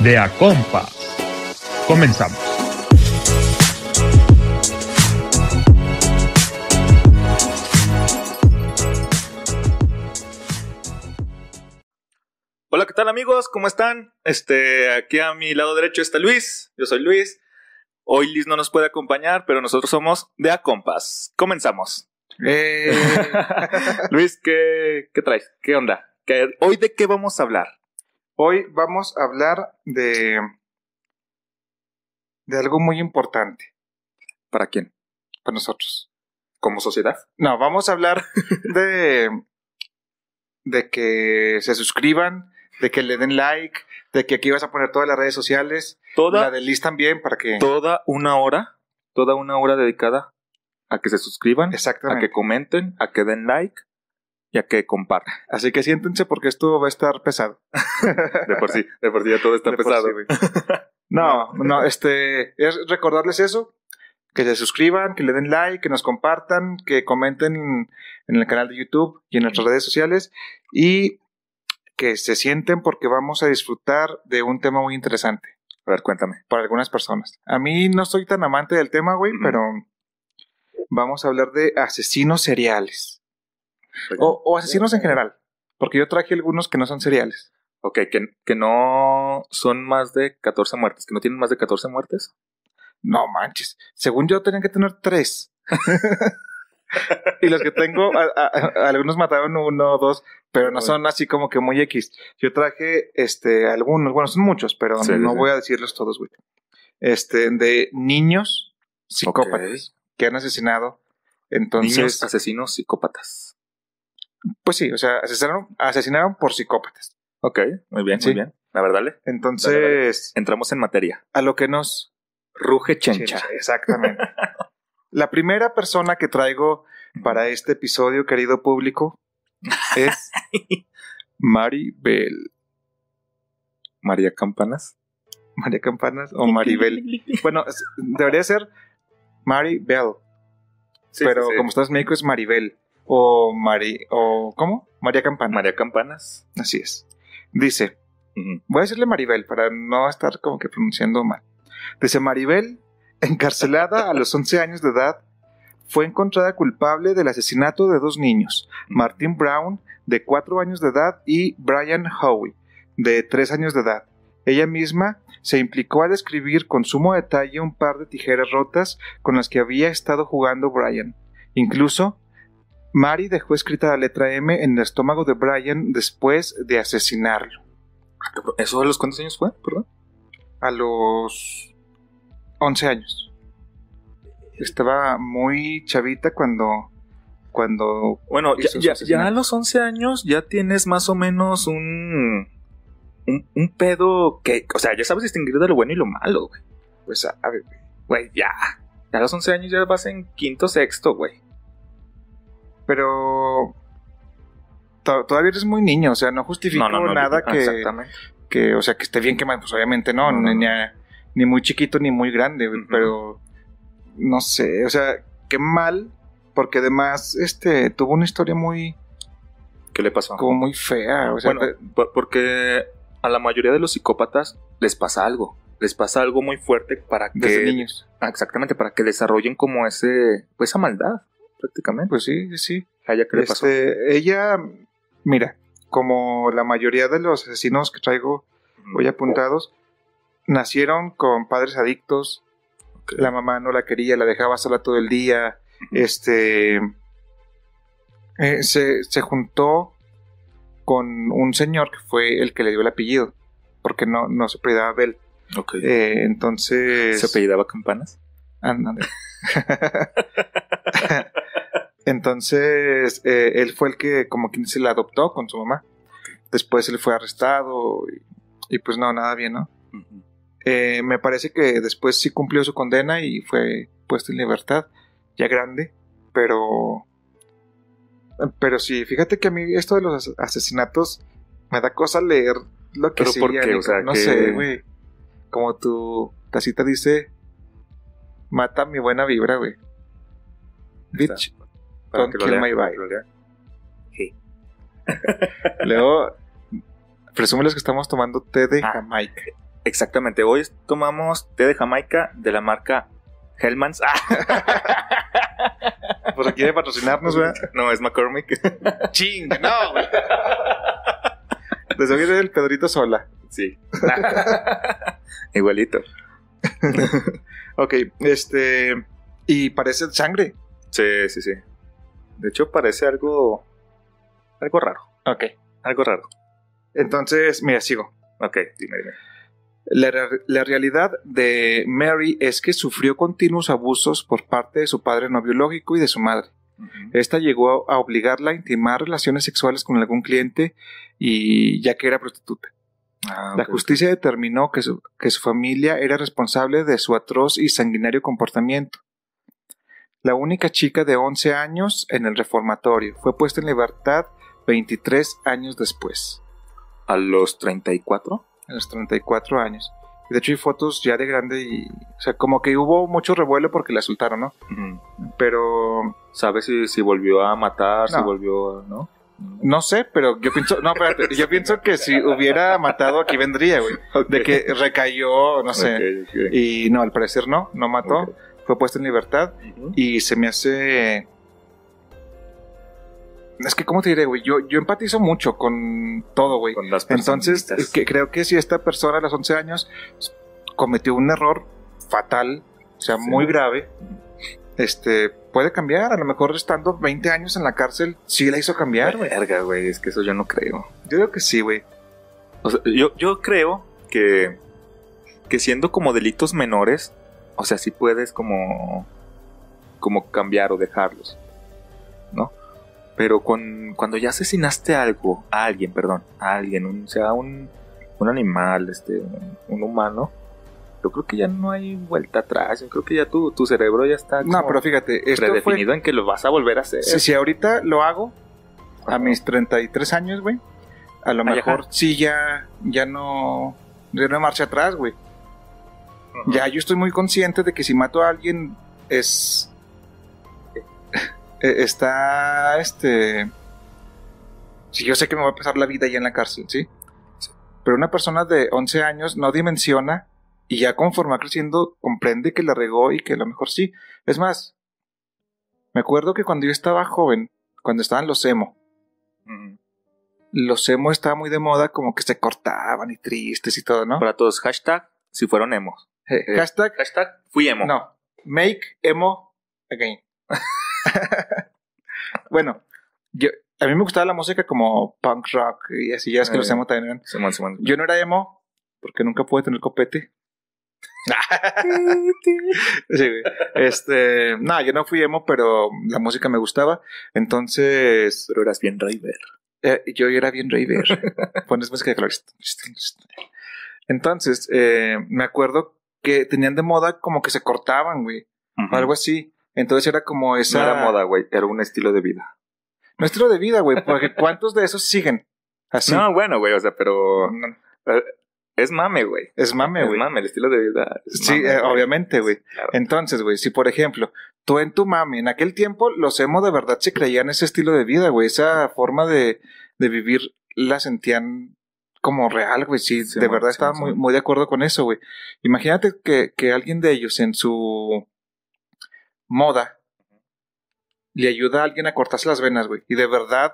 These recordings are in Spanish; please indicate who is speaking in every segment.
Speaker 1: de Acompas. Comenzamos.
Speaker 2: Hola, ¿qué tal amigos? ¿Cómo están? Este, aquí a mi lado derecho está Luis. Yo soy Luis. Hoy Liz no nos puede acompañar, pero nosotros somos de Acompas. Comenzamos.
Speaker 3: Eh,
Speaker 2: Luis, ¿qué, qué traes? ¿Qué onda? ¿Qué- ¿Hoy de qué vamos a hablar?
Speaker 3: hoy vamos a hablar de, de algo muy importante
Speaker 2: ¿Para quién?
Speaker 3: para nosotros.
Speaker 2: ¿Como sociedad?
Speaker 3: No, vamos a hablar de, de que se suscriban, de que le den like, de que aquí vas a poner todas las redes sociales, la
Speaker 2: Toda,
Speaker 3: de Liz también para que...
Speaker 2: toda una hora, toda una hora dedicada a que se suscriban, a
Speaker 3: Exactamente.
Speaker 2: que comenten, a que den like y a que compartan.
Speaker 3: Así que siéntense porque esto va a estar pesado.
Speaker 2: De por sí, de por sí ya todo está
Speaker 3: De por
Speaker 2: pesado.
Speaker 3: sí, güey. No, no, este, es recordarles eso, que se suscriban, que le den like, que nos compartan, que comenten en el canal de YouTube y en nuestras redes sociales y que se sienten porque vamos a disfrutar de un tema muy interesante
Speaker 2: a ver, cuéntame.
Speaker 3: para algunas personas. A mí no soy tan amante del tema, güey,
Speaker 2: Ujú.
Speaker 3: pero vamos a hablar de asesinos seriales o, o asesinos en general, porque yo traje algunos que no son seriales.
Speaker 2: Ok, que, que no son más de 14 muertes, que no tienen más de 14 muertes.
Speaker 3: No manches. Según yo, tenían que tener tres. y los que tengo, a- a- a- algunos mataron uno dos, pero no son así como que muy X. Yo traje este, algunos, bueno, son muchos, pero
Speaker 2: Sí,
Speaker 3: no
Speaker 2: sí, sí.
Speaker 3: voy a decirlos todos, güey. Este, de niños psicópatas que han asesinado. Entonces,
Speaker 2: Niños asesinos psicópatas.
Speaker 3: pues sí, o sea, asesinaron, asesinaron por psicópatas.
Speaker 2: Ok, muy bien,
Speaker 3: Sí.
Speaker 2: muy bien. La verdad, dale.
Speaker 3: Entonces,
Speaker 2: Dale, Entramos en materia.
Speaker 3: a lo que nos
Speaker 2: Ruge chencha.
Speaker 3: Chencha, exactamente. La primera persona que traigo para este episodio, querido público, es Maribel.
Speaker 2: María Campanas.
Speaker 3: María Campanas o Maribel. Bueno, es- debería ser Maribel, pero como estás en México es Maribel. O Mari, o ¿cómo? María mm, Campana.
Speaker 2: María Campanas.
Speaker 3: Así es. Dice,
Speaker 2: Ujú.
Speaker 3: Voy a decirle Maribel para no estar como que pronunciando mal. Dice Maribel, encarcelada a los 11 años de edad, fue encontrada culpable del asesinato de dos niños, Martin Brown, de 4 años de edad, y Brian Howe, de 3 años de edad. Ella misma se implicó al escribir con sumo detalle un par de tijeras rotas con las que había estado jugando Brian. Incluso, Mary dejó escrita la letra M en el estómago de Brian después de asesinarlo.
Speaker 2: ¿Eso a los cuántos años fue? Perdón.
Speaker 3: a los 11 años. Estaba muy chavita cuando, cuando
Speaker 2: Bueno,
Speaker 3: Y
Speaker 2: ya,
Speaker 3: sus
Speaker 2: ya-
Speaker 3: asesinatos.
Speaker 2: ya a los 11 años ya tienes más o menos un, un, un pedo que, o sea, ya sabes distinguir de lo bueno y lo malo, güey.
Speaker 3: pues, a- a ver,
Speaker 2: Güey, ya. Ya a los 11 años ya vas en quinto, sexto, güey.
Speaker 3: pero to- todavía eres muy niño, o sea, no justifico nada
Speaker 2: yo-
Speaker 3: que,
Speaker 2: Exactamente.
Speaker 3: que, o sea, que esté bien quemado, pues obviamente no,
Speaker 2: No, no,
Speaker 3: ni, ni muy chiquito ni muy grande, güey,
Speaker 2: Ujú.
Speaker 3: pero no sé, o sea, qué mal, porque además, este, tuvo una historia muy,
Speaker 2: ¿Qué le pasó?
Speaker 3: como muy fea, o sea,
Speaker 2: Bueno, Pues por- porque a la mayoría de los psicópatas les pasa algo. Les pasa algo muy fuerte para que.
Speaker 3: desde niños.
Speaker 2: Ah, Exactamente, para que desarrollen como ese. Pues esa maldad, prácticamente.
Speaker 3: Pues sí, sí, sí.
Speaker 2: A ella que le pasó.
Speaker 3: Este, ella, mira, como la mayoría de los asesinos que traigo hoy apuntados, nacieron con padres adictos,
Speaker 2: Ok.
Speaker 3: la mamá no la quería, la dejaba sola todo el día, este, eh, se, se juntó con un señor que fue el que le dio el apellido, porque no, no se apellidaba Bell,
Speaker 2: Oh, Ok.
Speaker 3: Eh, entonces...
Speaker 2: ¿Se apellidaba Campanas?
Speaker 3: Ándale. Entonces, eh, él fue el que como quien se la adoptó con su mamá. Después él fue arrestado y, y pues no, nada bien, ¿no? Eh, me parece que después sí cumplió su condena y fue puesto en libertad, ya grande, pero... Pero sí, fíjate que a mí esto de los as- asesinatos me da cosa leer lo que
Speaker 2: ¿Pero
Speaker 3: sí,
Speaker 2: por qué?
Speaker 3: Nico,
Speaker 2: O sea,
Speaker 3: no
Speaker 2: que-
Speaker 3: sé, güey. Como tu tacita dice, mata mi buena vibra, güey. Bitch,
Speaker 2: Para
Speaker 3: Don't
Speaker 2: que lo lea,
Speaker 3: kill my
Speaker 2: para
Speaker 3: vibe.
Speaker 2: que lo lea.
Speaker 3: luego presúmeles que estamos tomando té de
Speaker 2: Ah.
Speaker 3: Jamaica.
Speaker 2: Exactamente, hoy tomamos té de Jamaica de la marca Hellman's. Ah,
Speaker 3: Pues quiere patrocinarnos, ¿verdad?
Speaker 2: no, es McCormick.
Speaker 3: Ching, no, güey. Desde hoy eres el Pedrito Sola.
Speaker 2: Sí. Igualito.
Speaker 3: Ok, este. Y parece sangre.
Speaker 2: Sí, sí, sí. De hecho, parece algo. Algo raro.
Speaker 3: Ok.
Speaker 2: Algo raro.
Speaker 3: Entonces, mira, sigo.
Speaker 2: Ok, dime, dime.
Speaker 3: La, re- la realidad de Mary es que sufrió continuos abusos por parte de su padre no biológico y de su madre.
Speaker 2: Eh,
Speaker 3: Esta llegó a obligarla a intimar relaciones sexuales con algún cliente y ya que era prostituta.
Speaker 2: Ah,
Speaker 3: La
Speaker 2: ok.
Speaker 3: justicia determinó que su, que su familia era responsable de su atroz y sanguinario comportamiento. La única chica de 11 años en el reformatorio fue puesta en libertad 23 años después,
Speaker 2: A los 34.
Speaker 3: a los 34 años. Y De hecho hay fotos ya de grande y... O sea, como que hubo mucho revuelo porque la soltaron, ¿no? Pero...
Speaker 2: ¿Sabes si, si volvió a matar? Si
Speaker 3: No.
Speaker 2: volvió a. ¿No?
Speaker 3: No sé, pero yo pienso... No, espérate, yo pienso que si hubiera matado aquí vendría, güey. De que recayó, no sé.
Speaker 2: Ok, ok.
Speaker 3: Y no, al parecer no, no mató.
Speaker 2: Ok.
Speaker 3: Fue puesta en libertad
Speaker 2: Ujú.
Speaker 3: y se me hace... Es que, ¿cómo te diré, güey? Yo, yo empatizo mucho con todo, güey.
Speaker 2: Con las
Speaker 3: Entonces,
Speaker 2: personitas.
Speaker 3: que- creo que si esta persona a los 11 años cometió un error fatal, o sea,
Speaker 2: Sí.
Speaker 3: muy grave, este, puede cambiar. A lo mejor estando 20 años en la cárcel, sí la hizo cambiar, güey.
Speaker 2: Verga, güey, es que eso yo no creo.
Speaker 3: Yo creo que sí, güey.
Speaker 2: O sea, yo, yo creo que, que siendo como delitos menores, o sea, sí puedes como, como cambiar o dejarlos, ¿no? Pero con- cuando ya asesinaste algo, a alguien, perdón, a alguien, un, o sea un, un animal, este, un, un humano, yo creo que ya no hay vuelta atrás, yo creo que ya tu, tu cerebro ya está
Speaker 3: No,
Speaker 2: como
Speaker 3: pero fíjate, esto fue...
Speaker 2: predefinido en que lo vas a volver a hacer.
Speaker 3: Si, si ahorita lo hago, a
Speaker 2: Ajá.
Speaker 3: mis 33 años, güey. A lo
Speaker 2: Ay,
Speaker 3: mejor
Speaker 2: ajá.
Speaker 3: sí ya, ya no, ya no hay marcha atrás, güey.
Speaker 2: Ajá.
Speaker 3: Ya yo estoy muy consciente de que si mato a alguien es... eh, Está, este... Si yo sé que me va a pasar la vida ya en la cárcel, ¿sí? Pero una persona de 11 años no dimensiona y ya conforme va creciendo comprende que la regó y que a lo mejor sí. Es más, me acuerdo que cuando yo estaba joven, cuando estaban los emo,
Speaker 2: Ujú.
Speaker 3: los emo estaba muy de moda, como que se cortaban y tristes y todo, ¿no?
Speaker 2: Para todos, hashtag, si fueron emos.
Speaker 3: Eh,
Speaker 2: eh,
Speaker 3: Hashtag,
Speaker 2: Hashtag, fui emo.
Speaker 3: no, make emo again. bueno, yo, a mí me gustaba la música como punk rock y así, ya es que
Speaker 2: Eh.
Speaker 3: los emo también eran.
Speaker 2: Simón, Simón.
Speaker 3: Yo no era emo porque nunca pude tener copete. Sí, güey. este, no, yo no fui emo, pero la música me gustaba. Entonces,
Speaker 2: Pero eras bien Raver.
Speaker 3: Eh, yo era bien raver. Pones música de colores. Entonces, eh, me acuerdo que tenían de moda como que se cortaban, güey. O algo así. Entonces era como esa...
Speaker 2: No era moda, güey. Era un estilo de vida.
Speaker 3: No estilo de vida, güey. Porque ¿cuántos de esos siguen? Así.
Speaker 2: No, bueno, güey. O sea, pero. eh, Es mame, güey.
Speaker 3: es mame,
Speaker 2: Es
Speaker 3: güey.
Speaker 2: mame, el estilo de vida. es
Speaker 3: Sí,
Speaker 2: mame,
Speaker 3: eh,
Speaker 2: güey.
Speaker 3: obviamente, güey.
Speaker 2: Claro.
Speaker 3: Entonces, güey, si por ejemplo, tú en tu mami, en aquel tiempo los emo de verdad se creían ese estilo de vida, güey, esa forma de, de vivir la sentían como real, güey, sí,
Speaker 2: Sí,
Speaker 3: de
Speaker 2: mon,
Speaker 3: verdad
Speaker 2: sí,
Speaker 3: estaba
Speaker 2: mon,
Speaker 3: muy,
Speaker 2: sí.
Speaker 3: muy de acuerdo con eso, güey. Imagínate que, que alguien de ellos en su moda le ayuda a alguien a cortarse las venas, güey, y de verdad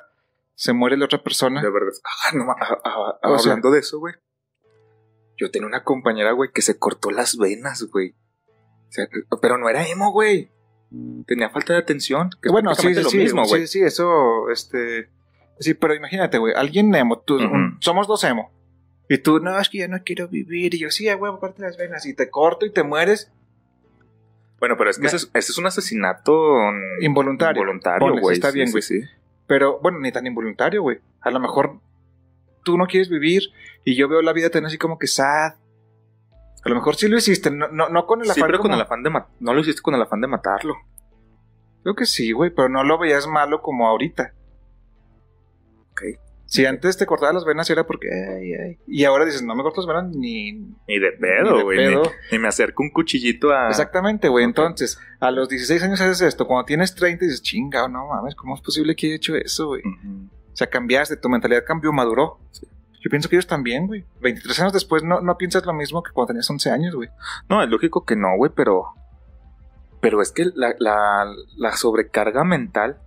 Speaker 3: se muere la otra persona.
Speaker 2: De verdad. Ah, no ma- ah, ah, ah,
Speaker 3: O sea-
Speaker 2: hablando de eso, güey. Yo tenía una compañera, güey, que se cortó las venas, güey. O sea, pero no era emo, güey. Tenía falta de atención. Que es
Speaker 3: bueno, sí, sí,
Speaker 2: prácticamente
Speaker 3: sí,
Speaker 2: lo mismo, güey.
Speaker 3: sí, sí, eso, este, sí, pero imagínate, güey, alguien emo, tú,
Speaker 2: Ujú.
Speaker 3: un- somos dos emo, y tú, no, es que ya no quiero vivir, y yo, sí, a huevo, corta las venas, y te corto y te mueres,
Speaker 2: Bueno, pero es que
Speaker 3: Me-
Speaker 2: ese es, ese es un asesinato mm,
Speaker 3: Involuntario.
Speaker 2: Involuntario,
Speaker 3: Pones,
Speaker 2: güey.
Speaker 3: está
Speaker 2: Sí,
Speaker 3: bien,
Speaker 2: sí,
Speaker 3: güey.
Speaker 2: sí.
Speaker 3: pero, bueno, ni tan involuntario, güey, a lo mejor tú no quieres vivir, y yo veo la vida tan así como que sad, a lo mejor sí lo hiciste, no, no, no con el
Speaker 2: Sí,
Speaker 3: afán
Speaker 2: pero con
Speaker 3: como-
Speaker 2: el afán de ma- no lo hiciste con el afán de matarlo.
Speaker 3: Creo que sí, güey, pero no lo veías malo como ahorita.
Speaker 2: Ok.
Speaker 3: Si antes te cortabas las venas era porque, ay, ay. Y ahora dices, no me corto las venas ni...
Speaker 2: Ni de
Speaker 3: ni
Speaker 2: pedo,
Speaker 3: de
Speaker 2: güey. Ni,
Speaker 3: pedo.
Speaker 2: ni me acerco un cuchillito a.
Speaker 3: Exactamente, güey.
Speaker 2: Ah, Ok.
Speaker 3: Entonces, a los 16 años haces esto. Cuando tienes 30 dices, chinga, no mames, ¿cómo es posible que haya hecho eso, güey?
Speaker 2: Ujú.
Speaker 3: O sea, cambiaste, tu mentalidad cambió, maduró. Yo pienso que ellos también, güey. 23 años después no, no piensas lo mismo que cuando tenías 11 años, güey.
Speaker 2: No, es lógico que no, güey, pero. Pero es que la, la- la sobrecarga mental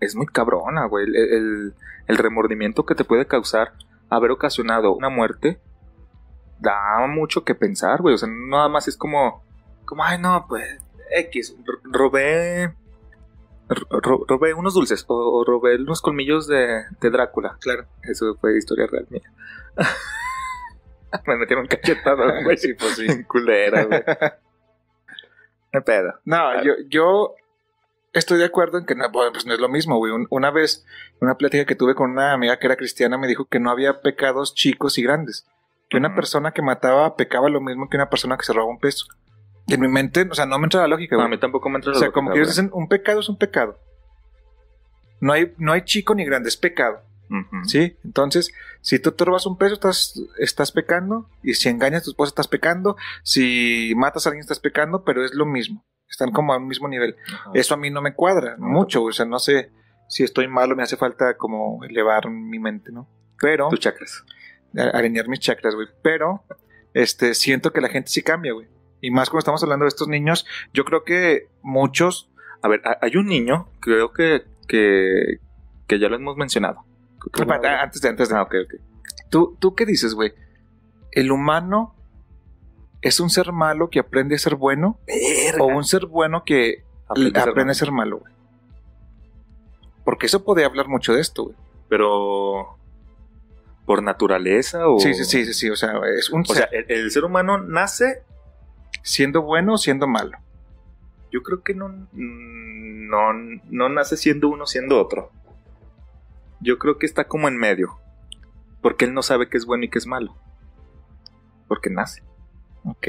Speaker 2: es muy cabrona, güey. El, el- el remordimiento que te puede causar haber ocasionado una muerte da mucho que pensar, güey. O sea, nada más es como. Como, ay, no, pues. X, ro- robé. ro- ro- robé unos dulces o, o robé unos colmillos de, de Drácula. Claro, eso fue historia real mía. Me metieron cachetada, güey.
Speaker 3: Sí, pues sí.
Speaker 2: En culera, güey. No hay pedo.
Speaker 3: No, yo, yo estoy de acuerdo en que no, bueno, pues no es lo mismo, güey. Un- una vez, en una plática que tuve con una amiga que era cristiana, me dijo que no había pecados chicos y grandes. Que una
Speaker 2: Ujú.
Speaker 3: persona que mataba pecaba lo mismo que una persona que se robaba un peso. Y en mi mente, o sea, no me entra la lógica,
Speaker 2: No,
Speaker 3: güey.
Speaker 2: a mí tampoco me entra
Speaker 3: o
Speaker 2: la
Speaker 3: sea,
Speaker 2: boca,
Speaker 3: como que ellos
Speaker 2: güey.
Speaker 3: dicen, un pecado es un pecado. No hay, no hay chico ni grande, es pecado.
Speaker 2: Ujú.
Speaker 3: ¿Sí? Entonces, si tú te robas un peso, estás, estás pecando. Y si engañas a tu esposa, estás pecando. Si matas a alguien, estás pecando, pero es lo mismo. Están como a un mismo nivel.
Speaker 2: Ajá.
Speaker 3: Eso a mí no me cuadra
Speaker 2: No,
Speaker 3: mucho. O sea, no sé si estoy malo, me hace falta como elevar mi mente, ¿no? Pero,
Speaker 2: Tus chakras.
Speaker 3: a- alinear mis chakras, güey. Pero, este, siento que la gente sí cambia, güey. Y más cuando estamos hablando de estos niños, yo creo que muchos,
Speaker 2: A ver, ha- hay un niño, creo que, que, que ya lo hemos mencionado. Creo que alguna
Speaker 3: Ah,
Speaker 2: vez-
Speaker 3: antes de, antes de,
Speaker 2: Ah, ok, ok.
Speaker 3: ¿Tú, ¿Tú qué dices, güey? ¿El humano es un ser malo que aprende a ser bueno? ¿O un ser bueno que aprende,
Speaker 2: Aprende a ser
Speaker 3: a ser malo, güey? Porque eso puede hablar mucho de esto, güey.
Speaker 2: Pero. ¿Por naturaleza o.?
Speaker 3: Sí, sí, sí, sí, sí. O sea, es un
Speaker 2: Oh. O sea,
Speaker 3: ser
Speaker 2: el, el ser humano nace,
Speaker 3: siendo bueno o siendo malo.
Speaker 2: yo creo que no, mm, no, no nace siendo uno, siendo otro. Yo creo que está como en medio. Porque él no sabe qué es bueno y qué es malo. Porque nace.
Speaker 3: Ok.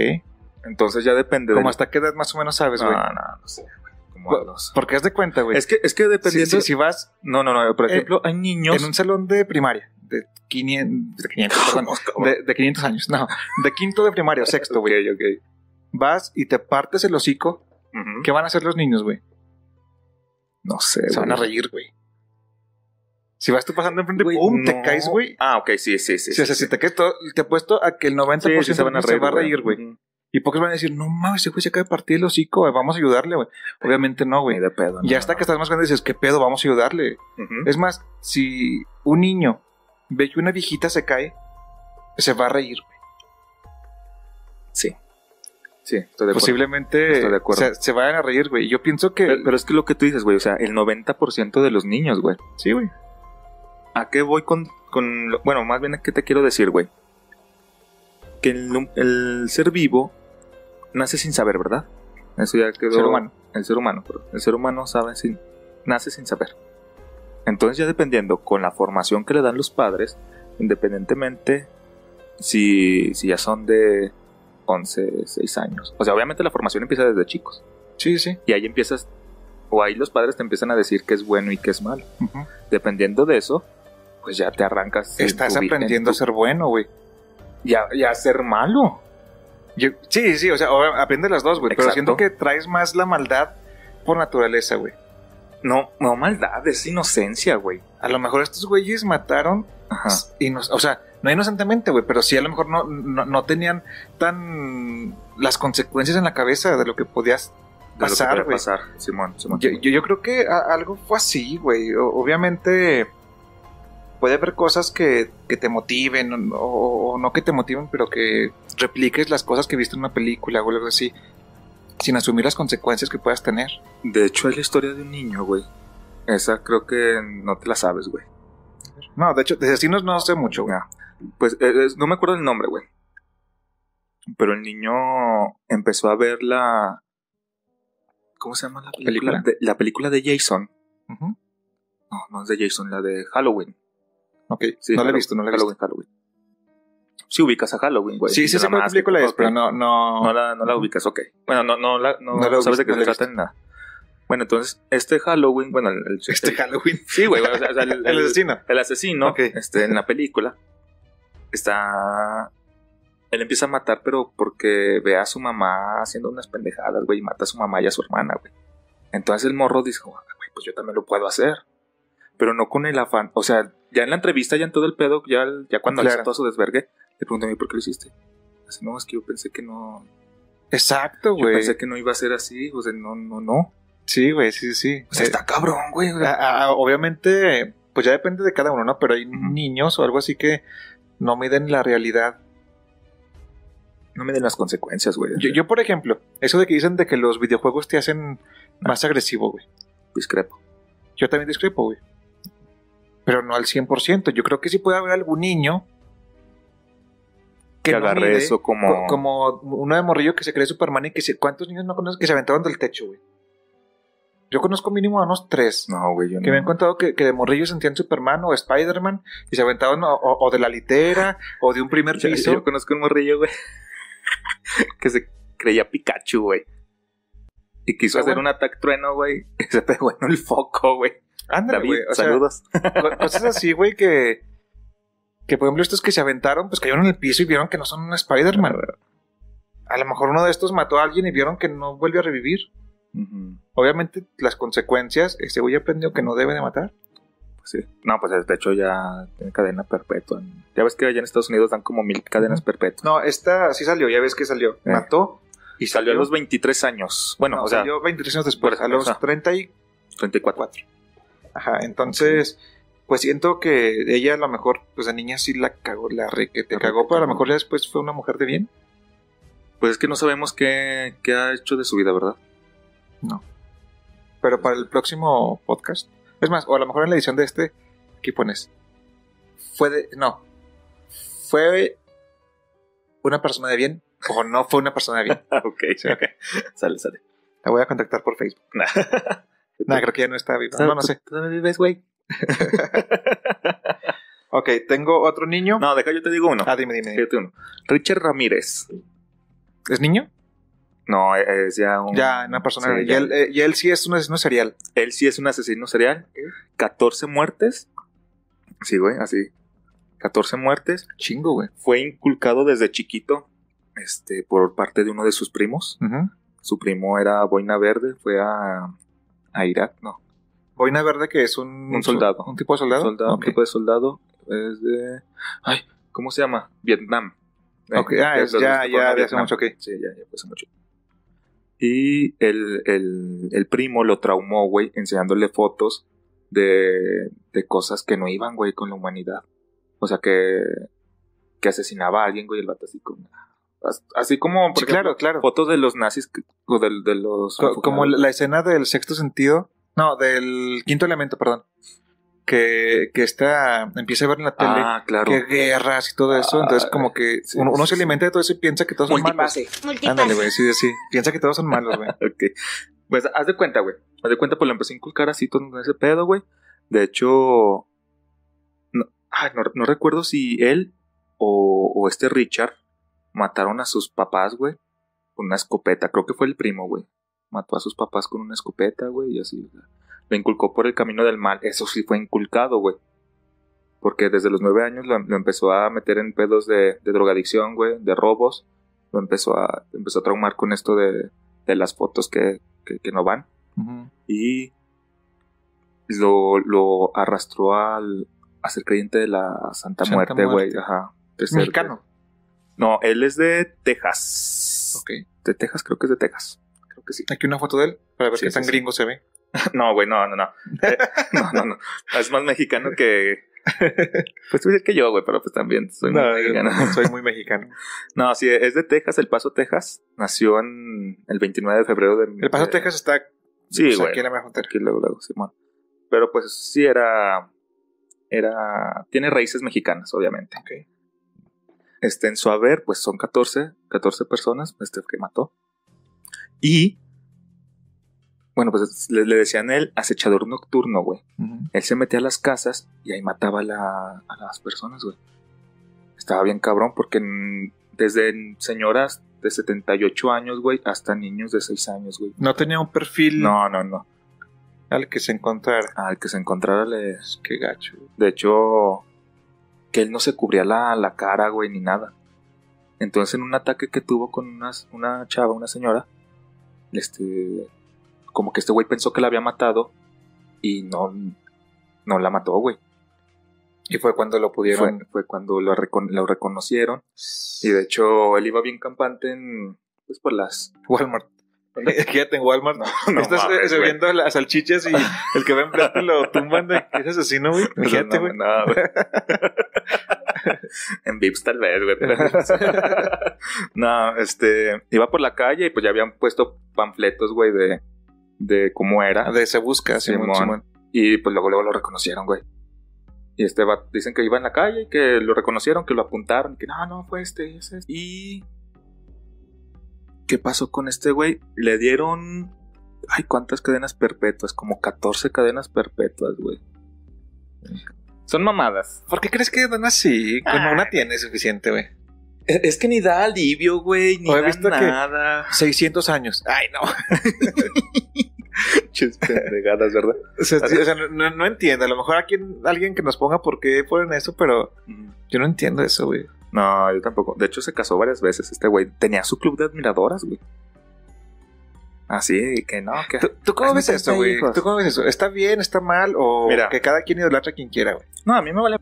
Speaker 2: Entonces ya depende
Speaker 3: Como
Speaker 2: del-
Speaker 3: hasta qué edad más o menos sabes,
Speaker 2: no,
Speaker 3: güey.
Speaker 2: no, no sé. güey, Como a
Speaker 3: Bueno,
Speaker 2: los-
Speaker 3: Porque haz de cuenta, güey.
Speaker 2: Ah. Es que, es que
Speaker 3: si,
Speaker 2: dependiendo.
Speaker 3: si- si vas
Speaker 2: No, no, no. Por
Speaker 3: Eh,
Speaker 2: ejemplo, hay niños.
Speaker 3: en un salón de primaria, de 500, de 500, perdón,
Speaker 2: Vamos, cabrón.
Speaker 3: de, de 500 años, no, de quinto de primaria o sexto, güey.
Speaker 2: Ok, ok.
Speaker 3: Vas y te partes el hocico.
Speaker 2: Ujú.
Speaker 3: ¿Qué van a hacer los niños, güey?
Speaker 2: No sé,
Speaker 3: Se van a
Speaker 2: güey.
Speaker 3: reír, güey. Si vas tú pasando enfrente,
Speaker 2: Güey,
Speaker 3: ¡pum! Te
Speaker 2: no.
Speaker 3: caes, güey.
Speaker 2: Ah, ok, sí, sí, sí.
Speaker 3: Sí, o sea, si te caes todo, te apuesto a que el 90%
Speaker 2: Sí, sí, se van a reír.
Speaker 3: va a reír, güey.
Speaker 2: Ujú.
Speaker 3: Y pocos van a decir, no mames, ese güey se acaba de partir el hocico, güey, vamos a ayudarle, güey. Obviamente no, güey.
Speaker 2: Ni de pedo.
Speaker 3: Y hasta que estás más grande dices, ¿qué pedo? Vamos a ayudarle. Es más, si un niño ve que una viejita se cae, se va a reír, güey.
Speaker 2: Sí. Sí, estoy de
Speaker 3: pues
Speaker 2: acuerdo.
Speaker 3: Posiblemente
Speaker 2: Estoy de acuerdo.
Speaker 3: Se, se vayan a reír, güey. Yo pienso que...
Speaker 2: Pero, pero es que lo que tú dices, güey, o sea, el 90% de los niños, güey.
Speaker 3: sí, güey.
Speaker 2: ¿A qué voy con, con lo- Bueno, más bien, ¿a qué te quiero decir, güey? Que el, num- el ser vivo nace sin saber, ¿verdad? Eso ya quedó.
Speaker 3: Ser humano.
Speaker 2: El ser humano, perdón. El ser humano sabe sin, nace sin saber. Entonces, ya dependiendo con la formación que le dan los padres, independientemente si, si ya son de 11, 6 años. O sea, obviamente la formación empieza desde chicos.
Speaker 3: Sí, sí.
Speaker 2: Y ahí empiezas, o ahí los padres te empiezan a decir qué es bueno y qué es malo
Speaker 3: Ujú.
Speaker 2: dependiendo de eso, pues ya te arrancas. en
Speaker 3: Estás
Speaker 2: tu vi- en
Speaker 3: aprendiendo a
Speaker 2: tu-
Speaker 3: ser bueno, güey.
Speaker 2: y a, y a ser malo.
Speaker 3: Yo- sí, sí, o sea, o- aprende las dos, güey. Pero
Speaker 2: Exacto.
Speaker 3: siento que traes más la maldad por naturaleza, güey.
Speaker 2: No, no maldad, es inocencia, güey.
Speaker 3: A lo mejor estos güeyes mataron,
Speaker 2: Ajá.
Speaker 3: y o sea, no inocentemente, güey, pero sí a lo mejor no, no, no tenían tan las consecuencias en la cabeza de lo que podías.
Speaker 2: De lo que
Speaker 3: Pasar,
Speaker 2: puede
Speaker 3: güey.
Speaker 2: pasar, Simón, Simón.
Speaker 3: Yo, yo, yo creo que a- algo fue así, güey. O- Obviamente puede haber cosas que, que te motiven o, o no que te motiven, pero que repliques las cosas que viste en una película o algo así, sin asumir las consecuencias que puedas tener.
Speaker 2: De hecho, es la historia de un niño, güey. Esa creo que no te la sabes, güey.
Speaker 3: No, de hecho, de asesinos no sé mucho, güey.
Speaker 2: Pues eh, es- no me acuerdo el nombre, güey. Pero el niño empezó a ver la. ¿Cómo se llama la película?
Speaker 3: ¿Película?
Speaker 2: De- la película de Jason.
Speaker 3: Ujú.
Speaker 2: No, no es de Jason, la de Halloween.
Speaker 3: Ok,
Speaker 2: Sí,
Speaker 3: no lo he
Speaker 2: Halloween,
Speaker 3: visto, no lo he visto.
Speaker 2: Halloween, Halloween. Sí ubicas a Halloween, güey.
Speaker 3: Sí, sí,
Speaker 2: Nada
Speaker 3: sé cuál
Speaker 2: más
Speaker 3: película
Speaker 2: que-
Speaker 3: es,
Speaker 2: ok.
Speaker 3: pero no, no,
Speaker 2: No la, no la ubicas, ok. Bueno, no, no, la, no,
Speaker 3: No la
Speaker 2: sabes
Speaker 3: ubicas,
Speaker 2: de qué
Speaker 3: no
Speaker 2: se
Speaker 3: la
Speaker 2: trata ni nada. Bueno, entonces, este Halloween, bueno, el, el-
Speaker 3: este Halloween.
Speaker 2: sí, güey, o sea, o sea, el,
Speaker 3: El,
Speaker 2: el-
Speaker 3: asesino.
Speaker 2: el asesino
Speaker 3: Ok.
Speaker 2: este, en la película está... Él empieza a matar, pero porque ve a su mamá haciendo unas pendejadas, güey, y mata a su mamá y a su hermana, güey. Entonces el morro dijo, "Ah, güey, pues yo también lo puedo hacer. Pero no con el afán, o sea, Ya en la entrevista, ya en todo el pedo, ya, ya cuando le
Speaker 3: Claro.
Speaker 2: hizo todo su desvergue, le pregunté a mí por qué lo hiciste. Así, no, es que yo pensé que no.
Speaker 3: Exacto,
Speaker 2: Yo
Speaker 3: güey.
Speaker 2: pensé que no iba a ser así. O sea, no, no, no.
Speaker 3: Sí, güey, sí, sí.
Speaker 2: O sea,
Speaker 3: Eh,
Speaker 2: está cabrón, güey. o sea,
Speaker 3: a- a- obviamente, pues ya depende de cada uno, ¿no? Pero hay
Speaker 2: Ujú.
Speaker 3: niños o algo así que no miden la realidad.
Speaker 2: no me den las consecuencias, güey.
Speaker 3: Yo, yo, por ejemplo, eso de que dicen de que los videojuegos te hacen más agresivo, güey.
Speaker 2: discrepo.
Speaker 3: Yo también discrepo, güey. Pero no al 100%. Yo creo que sí puede haber algún niño
Speaker 2: Que
Speaker 3: no
Speaker 2: agarre
Speaker 3: mide,
Speaker 2: eso como.
Speaker 3: co- como uno de morrillo que se cree Superman y que se, ¿cuántos niños no conoces que se aventaron del techo, güey? Yo conozco mínimo a unos tres
Speaker 2: No, güey, yo
Speaker 3: que me han
Speaker 2: no.
Speaker 3: contado que, que de morrillo sentían Superman o Spider-Man y se aventaban o, o- o de la litera o de un primer
Speaker 2: Yo,
Speaker 3: piso.
Speaker 2: yo conozco un morrillo, güey. que se creía Pikachu, güey. Y quiso
Speaker 3: Ah,
Speaker 2: hacer
Speaker 3: bueno.
Speaker 2: un ataque trueno, güey. y Se pegó en el foco, güey.
Speaker 3: Ándale,
Speaker 2: David,
Speaker 3: güey. O sea,
Speaker 2: saludos.
Speaker 3: co- cosas así, güey, que, que por ejemplo estos que se aventaron, pues cayeron en el piso y vieron que no son un Spider-Man. A lo mejor uno de estos mató a alguien y vieron que no vuelve a revivir.
Speaker 2: Ujú,
Speaker 3: Obviamente, las consecuencias, este güey aprendió que no debe de matar.
Speaker 2: pues sí. No, pues de hecho ya tiene cadena perpetua. Ya ves que allá en Estados Unidos dan como mil cadenas perpetuas.
Speaker 3: No, esta sí salió, ya ves que salió.
Speaker 2: Eh.
Speaker 3: Mató.
Speaker 2: Y salió a los 23 años. Bueno,
Speaker 3: No,
Speaker 2: o sea,
Speaker 3: salió 23 años después,
Speaker 2: por
Speaker 3: a los
Speaker 2: ejemplo,
Speaker 3: 34.
Speaker 2: 34.
Speaker 3: Ajá, entonces, pues siento que ella a lo mejor, pues la niña sí la cagó, la re que te
Speaker 2: La
Speaker 3: cagó,
Speaker 2: requete
Speaker 3: pero a lo
Speaker 2: cagó.
Speaker 3: mejor ya después fue una mujer de bien.
Speaker 2: Pues es que no sabemos qué, qué ha hecho de su vida, ¿verdad?
Speaker 3: Pero para el próximo podcast, es más, o a lo mejor en la edición de este, aquí pones. Fue de, no, fue una persona de bien o no fue una persona de bien.
Speaker 2: Ah, ok.
Speaker 3: Sí, ok.
Speaker 2: sale, sale.
Speaker 3: La voy a contactar por Facebook. Nah, creo que ya no está viva. No, no sé.
Speaker 2: ¿Todavía vives, güey?
Speaker 3: Ok, tengo otro niño.
Speaker 2: No, deja, yo te digo uno.
Speaker 3: Ah, dime, dime. dime.
Speaker 2: Fíjate uno. Richard Ramírez.
Speaker 3: ¿Es niño?
Speaker 2: No, eh, es ya un.
Speaker 3: Ya, una persona.
Speaker 2: Sí,
Speaker 3: y,
Speaker 2: ya.
Speaker 3: él, eh, y él sí es un asesino serial.
Speaker 2: Él sí es un asesino serial. 14 muertes. Sí, güey, así. 14 muertes.
Speaker 3: Chingo, güey.
Speaker 2: Fue inculcado desde chiquito este, por parte de uno de sus primos.
Speaker 3: Ujú.
Speaker 2: Su primo era Boina Verde, fue a, a Irak, no.
Speaker 3: Boina verde que es un...
Speaker 2: Un soldado.
Speaker 3: ¿Un tipo de soldado?
Speaker 2: Soldado,
Speaker 3: Ok.
Speaker 2: Un tipo de soldado. Es de. Ay, ¿cómo se llama? Vietnam. Eh,
Speaker 3: Ok, ah, es
Speaker 2: los- los
Speaker 3: ya,
Speaker 2: que fueron a
Speaker 3: ya, de hace
Speaker 2: Vietnam.
Speaker 3: mucho, ok.
Speaker 2: Sí, ya, ya pasó mucho. Y el, el- el primo lo traumó, güey, enseñándole fotos de, de cosas que no iban, güey, con la humanidad. O sea, que, que asesinaba a alguien, güey, el vato así como... as- Así como, por
Speaker 3: Sí,
Speaker 2: ejemplo,
Speaker 3: claro, claro.
Speaker 2: fotos de los nazis que- o de, de los...
Speaker 3: Co- como
Speaker 2: refugiados.
Speaker 3: la la escena del sexto sentido... No, del quinto elemento, perdón. Que, que está... Empieza a ver en la tele...
Speaker 2: Ah, claro.
Speaker 3: Que guerras y todo eso, entonces
Speaker 2: Ah,
Speaker 3: como que
Speaker 2: sí,
Speaker 3: uno, uno
Speaker 2: sí,
Speaker 3: se
Speaker 2: sí.
Speaker 3: alimenta de todo eso y piensa que todos son malos.
Speaker 2: Multipase.
Speaker 3: Ándale,
Speaker 4: Multipase.
Speaker 3: güey, sí, sí. Piensa que todos son malos, güey.
Speaker 2: Ok. Pues haz de cuenta, güey. Haz de cuenta, pues lo empecé a inculcar así todo ese pedo, güey. De hecho, no, ay, no, no recuerdo si él o, o este Richard mataron a sus papás, güey, con una escopeta. Creo que fue el primo, güey. Mató a sus papás con una escopeta, güey, y así. o sea, Lo inculcó por el camino del mal. Eso sí fue inculcado, güey. Porque desde los nueve años lo, lo empezó a meter en pedos de, de drogadicción, güey, de robos. Lo empezó a, empezó a traumar con esto de, de las fotos que, que- que no van.
Speaker 3: Ujú.
Speaker 2: Y lo, lo arrastró al, a ser creyente de la Santa,
Speaker 3: Santa
Speaker 2: Muerte, güey.
Speaker 3: Muerte.
Speaker 2: Ajá. De ser-
Speaker 3: Mexicano.
Speaker 2: No, él es de Texas.
Speaker 3: Ok.
Speaker 2: De Texas, creo que es de Texas. Creo que sí.
Speaker 3: Aquí una foto de él para ver
Speaker 2: Sí,
Speaker 3: qué
Speaker 2: sí,
Speaker 3: tan
Speaker 2: sí.
Speaker 3: gringo se ve.
Speaker 2: No, güey, no, no, no. Eh, no, no, no. Es más mexicano que. Pues tú dices que yo, güey, pero pues también soy
Speaker 3: No,
Speaker 2: muy
Speaker 3: yo
Speaker 2: mexicano.
Speaker 3: soy muy mexicano.
Speaker 2: No, sí, es de Texas, El Paso, Texas. Nació en el 29 de febrero de.
Speaker 3: El Paso,
Speaker 2: de-
Speaker 3: Texas está
Speaker 2: Eh, Sí,
Speaker 3: pues,
Speaker 2: güey.
Speaker 3: aquí en la mera frontera.
Speaker 2: Aquí luego, luego, Simón. Pero pues sí era. Era. Tiene raíces mexicanas, obviamente.
Speaker 3: Ok.
Speaker 2: Este, en su haber, pues son 14, 14 personas este, que mató. Y. Bueno, pues le, le decían el acechador nocturno, güey. Él se metía a las casas y ahí mataba a, la- a las personas, güey. Estaba bien cabrón porque mm, desde señoras de 78 años, güey, hasta niños de 6 años, güey.
Speaker 3: No tenía un perfil
Speaker 2: No, no, no.
Speaker 3: al que se encontrara.
Speaker 2: Al que se encontrara le,
Speaker 3: Pues, Qué gacho.
Speaker 2: De hecho, que él no se cubría la, la cara, güey, ni nada. Entonces, en un ataque que tuvo con unas- una chava, una señora, este, como que este güey pensó que la había matado y no, no la mató, güey. Y fue cuando lo pudieron, fue, fue cuando lo, recon- lo reconocieron. Y de hecho, él iba bien campante en, pues por las...
Speaker 3: Walmart. Fíjate en Walmart.
Speaker 2: No
Speaker 3: Estás
Speaker 2: mames,
Speaker 3: eh,
Speaker 2: güey.
Speaker 3: viendo las salchichas y el que va enfrente lo tumban de que es asesino, güey.
Speaker 2: Pues,
Speaker 3: Fíjate,
Speaker 2: no,
Speaker 3: güey.
Speaker 2: no, güey. en Vips tal vez, güey. pero- no, este, iba por la calle y pues ya habían puesto panfletos, güey, de, de cómo era.
Speaker 3: Ah, De se busca, Simón.
Speaker 2: Simón.
Speaker 3: Simón.
Speaker 2: Y pues luego, luego lo reconocieron, güey. Y este va, dicen que iba en la calle y que lo reconocieron, que lo apuntaron, que no, no, fue este, es este. Y. ¿Qué pasó con este güey? Le dieron. Ay, ¿cuántas cadenas perpetuas? Como 14 cadenas perpetuas, güey. Son mamadas.
Speaker 3: ¿Por qué crees que dan así? Con
Speaker 2: Ah.
Speaker 3: una tiene suficiente, güey.
Speaker 2: Es es que ni da alivio, güey, ni
Speaker 3: No, he
Speaker 2: da
Speaker 3: visto que-
Speaker 2: nada.
Speaker 3: 600 años. Ay, no.
Speaker 2: Pinches pendejadas, ¿verdad?
Speaker 3: O sea, sí, o sea, no, no entiendo. A lo mejor aquí alguien que nos ponga por qué ponen eso, pero yo no entiendo eso, güey.
Speaker 2: No, yo tampoco. De hecho, se casó varias veces este güey. Tenía su club de admiradoras, güey. Así que no, que.
Speaker 3: ¿Tú, tú cómo
Speaker 2: Ay,
Speaker 3: ves este
Speaker 2: no
Speaker 3: esto,
Speaker 2: tengo
Speaker 3: güey?
Speaker 2: hijos.
Speaker 3: ¿Tú cómo ves eso? ¿Está bien, está mal o
Speaker 2: Mira.
Speaker 3: que cada quien idolatra a quien quiera, güey?
Speaker 2: No, a mí me vale.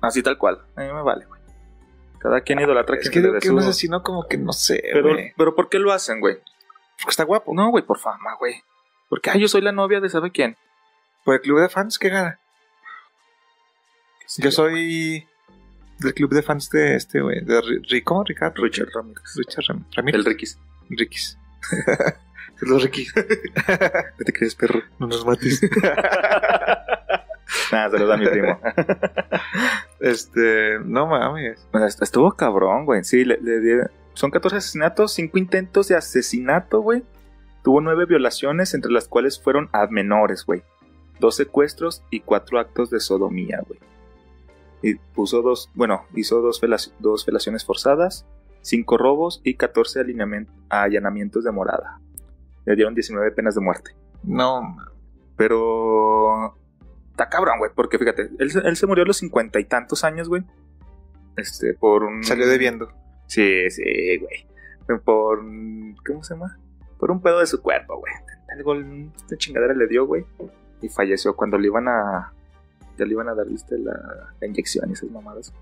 Speaker 2: Así tal cual. A mí me vale, güey. Cada quien idolatra a
Speaker 3: Ah, Es
Speaker 2: quien
Speaker 3: que
Speaker 2: le
Speaker 3: digo
Speaker 2: dé
Speaker 3: que
Speaker 2: su-
Speaker 3: un asesino como que no sé,
Speaker 2: Pero,
Speaker 3: güey.
Speaker 2: pero ¿por qué lo hacen, güey?
Speaker 3: Porque está guapo.
Speaker 2: No, güey, por fama, güey. Porque, ay, yo soy la novia de sabe quién.
Speaker 3: Por el club de fans, ¿qué gana? Yo soy del club de fans de este, güey. De Ri- Ri- ¿Cómo? Ricardo.
Speaker 2: Richard Ramírez.
Speaker 3: Richard Ram- Ramírez.
Speaker 2: El Riquis.
Speaker 3: Riquis. Los Riquis.
Speaker 2: ¿Qué te crees, perro?
Speaker 3: No nos mates.
Speaker 2: Nada, Ah, se lo da mi primo.
Speaker 3: Este, no mames.
Speaker 2: O sea, est- Estuvo cabrón, güey. Sí, le, le dieron- Son 14 asesinatos, 5 intentos de asesinato, güey. Tuvo 9 violaciones, entre las cuales fueron a menores, güey. Dos secuestros y cuatro actos de sodomía, güey. Y puso dos, bueno, hizo dos, felaci- dos felaciones forzadas, cinco robos y 14 alineamen- allanamientos de morada. Le dieron 19 penas de muerte.
Speaker 3: No mames.
Speaker 2: Pero. Está cabrón, güey. Porque fíjate, él, se- él se murió a los cincuenta y tantos años, güey. Este, por un.
Speaker 3: Salió debiendo.
Speaker 2: Sí, sí, güey. Por. un- ¿Cómo se llama? Por un pedo de su cuerpo, güey. Algo. Esta chingadera le dio, güey. Y falleció cuando le iban a. Ya le iban a dar, viste, la, la inyección y esas mamadas.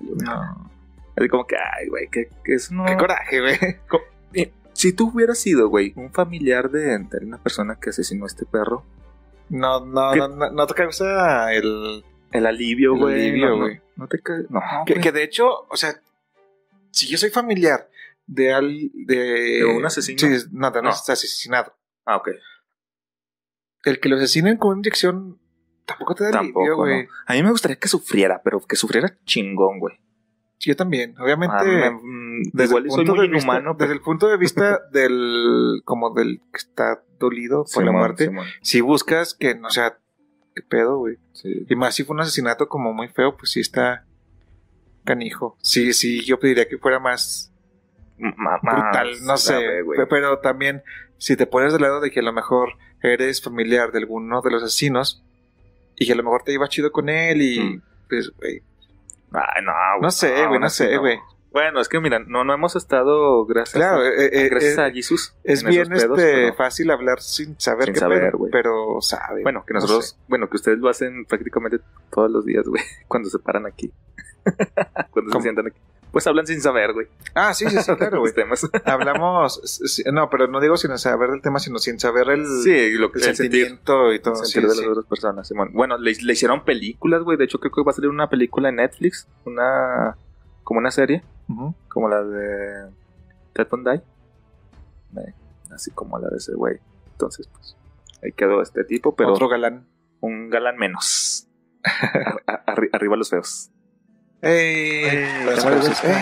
Speaker 3: No.
Speaker 2: Así como que, ay, güey, que, que eso no.
Speaker 3: Qué coraje, güey.
Speaker 2: Eh, si tú hubieras sido, güey, un familiar de, de una persona que asesinó a este perro,
Speaker 3: No, no,
Speaker 2: ¿Qué?
Speaker 3: no, no, no te causa el.
Speaker 2: el alivio,
Speaker 3: El
Speaker 2: güey.
Speaker 3: alivio,
Speaker 2: no, no,
Speaker 3: güey.
Speaker 2: no te caes. No,
Speaker 3: Que,
Speaker 2: güey.
Speaker 3: que de hecho, o sea, si yo soy familiar de al, de,
Speaker 2: ¿De un asesino?
Speaker 3: Sí, es- no, de un
Speaker 2: No.
Speaker 3: asesinado.
Speaker 2: Ah, ok.
Speaker 3: El que lo asesinen con una inyección tampoco te da alivio,
Speaker 2: Tampoco,
Speaker 3: güey.
Speaker 2: ¿no? A mí me gustaría que sufriera, pero que sufriera chingón, güey.
Speaker 3: Yo también,
Speaker 2: Ah,
Speaker 3: obviamente.
Speaker 2: me- mm,
Speaker 3: desde
Speaker 2: igual
Speaker 3: el
Speaker 2: y soy
Speaker 3: punto
Speaker 2: muy
Speaker 3: de vista-
Speaker 2: inhumano,
Speaker 3: desde
Speaker 2: pero...
Speaker 3: el punto de vista del como del que está dolido por la
Speaker 2: Simón,
Speaker 3: muerte,
Speaker 2: Simón,
Speaker 3: si buscas que no sea qué pedo, güey.
Speaker 2: sí.
Speaker 3: Y más si fue un asesinato como muy feo, pues sí está canijo. Sí, sí, yo pediría que fuera más
Speaker 2: Ma- más
Speaker 3: brutal, no sé.
Speaker 2: grave, güey.
Speaker 3: Pe- pero también, si te pones del lado de que a lo mejor eres familiar de alguno de los asesinos y que a lo mejor te iba chido con él y
Speaker 2: Mm.
Speaker 3: pues, güey,
Speaker 2: Ay, no,
Speaker 3: no sé, güey,
Speaker 2: aún
Speaker 3: no
Speaker 2: así
Speaker 3: sé,
Speaker 2: no.
Speaker 3: güey.
Speaker 2: Bueno, es que mira, no, no hemos estado gracias
Speaker 3: Claro,
Speaker 2: a,
Speaker 3: eh, eh,
Speaker 2: gracias
Speaker 3: eh,
Speaker 2: a Jesús.
Speaker 3: es
Speaker 2: en
Speaker 3: bien
Speaker 2: esos pedos,
Speaker 3: este,
Speaker 2: pero-
Speaker 3: fácil hablar sin saber
Speaker 2: Sin
Speaker 3: qué
Speaker 2: saber,
Speaker 3: pedo,
Speaker 2: güey.
Speaker 3: pero sabe.
Speaker 2: Bueno, que
Speaker 3: no
Speaker 2: nosotros,
Speaker 3: sé.
Speaker 2: bueno, que ustedes lo hacen prácticamente todos los días, güey, cuando se paran aquí. cuando
Speaker 3: ¿Cómo?
Speaker 2: se sientan aquí. Pues hablan sin saber, güey.
Speaker 3: Ah, sí, sí, sí, claro,
Speaker 2: los
Speaker 3: güey.
Speaker 2: temas.
Speaker 3: Hablamos, s- s- no, pero no digo sin saber del tema, sino sin saber el,
Speaker 2: Sí, lo que
Speaker 3: el
Speaker 2: el sentir.
Speaker 3: sentimiento y todo.
Speaker 2: sentir
Speaker 3: sí,
Speaker 2: de
Speaker 3: sí.
Speaker 2: las otras personas, Simón. Bueno, le, le hicieron películas, güey. De hecho, creo que va a salir una película en Netflix, una como una serie,
Speaker 3: Ujú.
Speaker 2: como la de Ted Bundy. Eh, Así como la de ese güey. Entonces, pues, ahí quedó este tipo, pero
Speaker 3: Otro galán.
Speaker 2: un galán menos. Ar- ar- arri- arriba los feos.
Speaker 3: ¡Ey!
Speaker 2: las
Speaker 3: Las cosas.
Speaker 2: cosas.
Speaker 3: ¡Ey!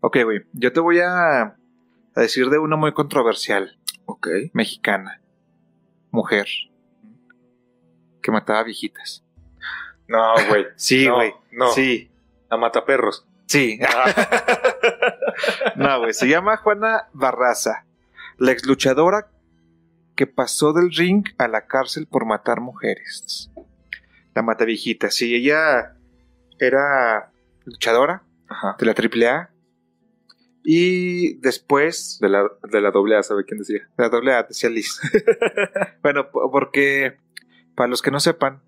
Speaker 3: Ok, güey. Yo te voy a, a decir de una muy controversial,
Speaker 2: Ok.
Speaker 3: mexicana, mujer, que mataba viejitas.
Speaker 2: No, güey.
Speaker 3: Sí,
Speaker 2: No,
Speaker 3: güey.
Speaker 2: no.
Speaker 3: Sí,
Speaker 2: A mataperros.
Speaker 3: sí. no, güey. Se llama Juana Barraza, la ex luchadora que pasó del ring a la cárcel por matar mujeres. La mata viejita. Sí, ella era luchadora.
Speaker 2: Ajá.
Speaker 3: de la AAA. Y después
Speaker 2: De la, de la doble A, ¿sabe quién decía?
Speaker 3: de la AA, decía Liz. bueno, po- porque Para los que no sepan,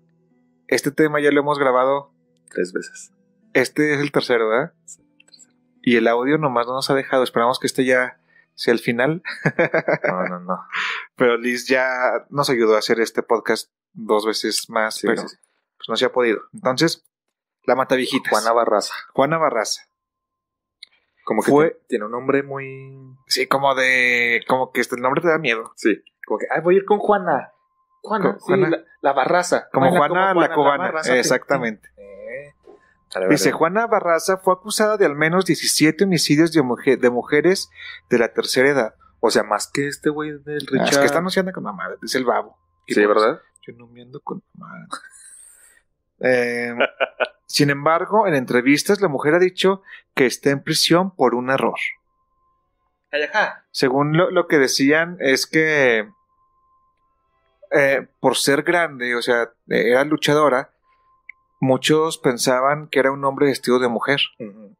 Speaker 3: este tema ya lo hemos grabado.
Speaker 2: Tres veces.
Speaker 3: Este es el tercero, ¿verdad?
Speaker 2: Sí,
Speaker 3: Y el audio nomás no nos ha dejado. Esperamos que este ya sea el final.
Speaker 2: No, no, no.
Speaker 3: Pero Liz ya nos ayudó a hacer este podcast dos veces más,
Speaker 2: Sí,
Speaker 3: pero
Speaker 2: sí, sí.
Speaker 3: pues no se ha podido. Entonces, la mata viejita.
Speaker 2: Juana Barraza.
Speaker 3: Juana Barraza.
Speaker 2: Como que
Speaker 3: Fue-
Speaker 2: tiene- tiene un nombre muy.
Speaker 3: Sí, como de. Como que este, el nombre te da miedo.
Speaker 2: Sí. Como que, ay, voy a ir con Juana. Juana,
Speaker 3: Con
Speaker 2: sí,
Speaker 3: Juana.
Speaker 2: La, la Barraza.
Speaker 3: Como
Speaker 2: Baila
Speaker 3: Juana, la cubana.
Speaker 2: Barraza, sí.
Speaker 3: Exactamente.
Speaker 2: Eh. Dale, dale.
Speaker 3: Dice, Juana Barraza fue acusada de al menos 17 homicidios de, muje- de mujeres de la tercera edad.
Speaker 2: O sea, más que este güey del
Speaker 3: Ah,
Speaker 2: Richard.
Speaker 3: Es que está anunciando con mamada, dice el babo.
Speaker 2: Sí, ¿verdad?
Speaker 3: Yo no me ando con mamada. Eh, sin embargo, en entrevistas la mujer ha dicho que está en prisión por un error.
Speaker 2: Ayajá.
Speaker 3: Según lo, lo que decían es que eh, por ser grande, o sea, eh, era luchadora, muchos pensaban que era un hombre vestido de mujer.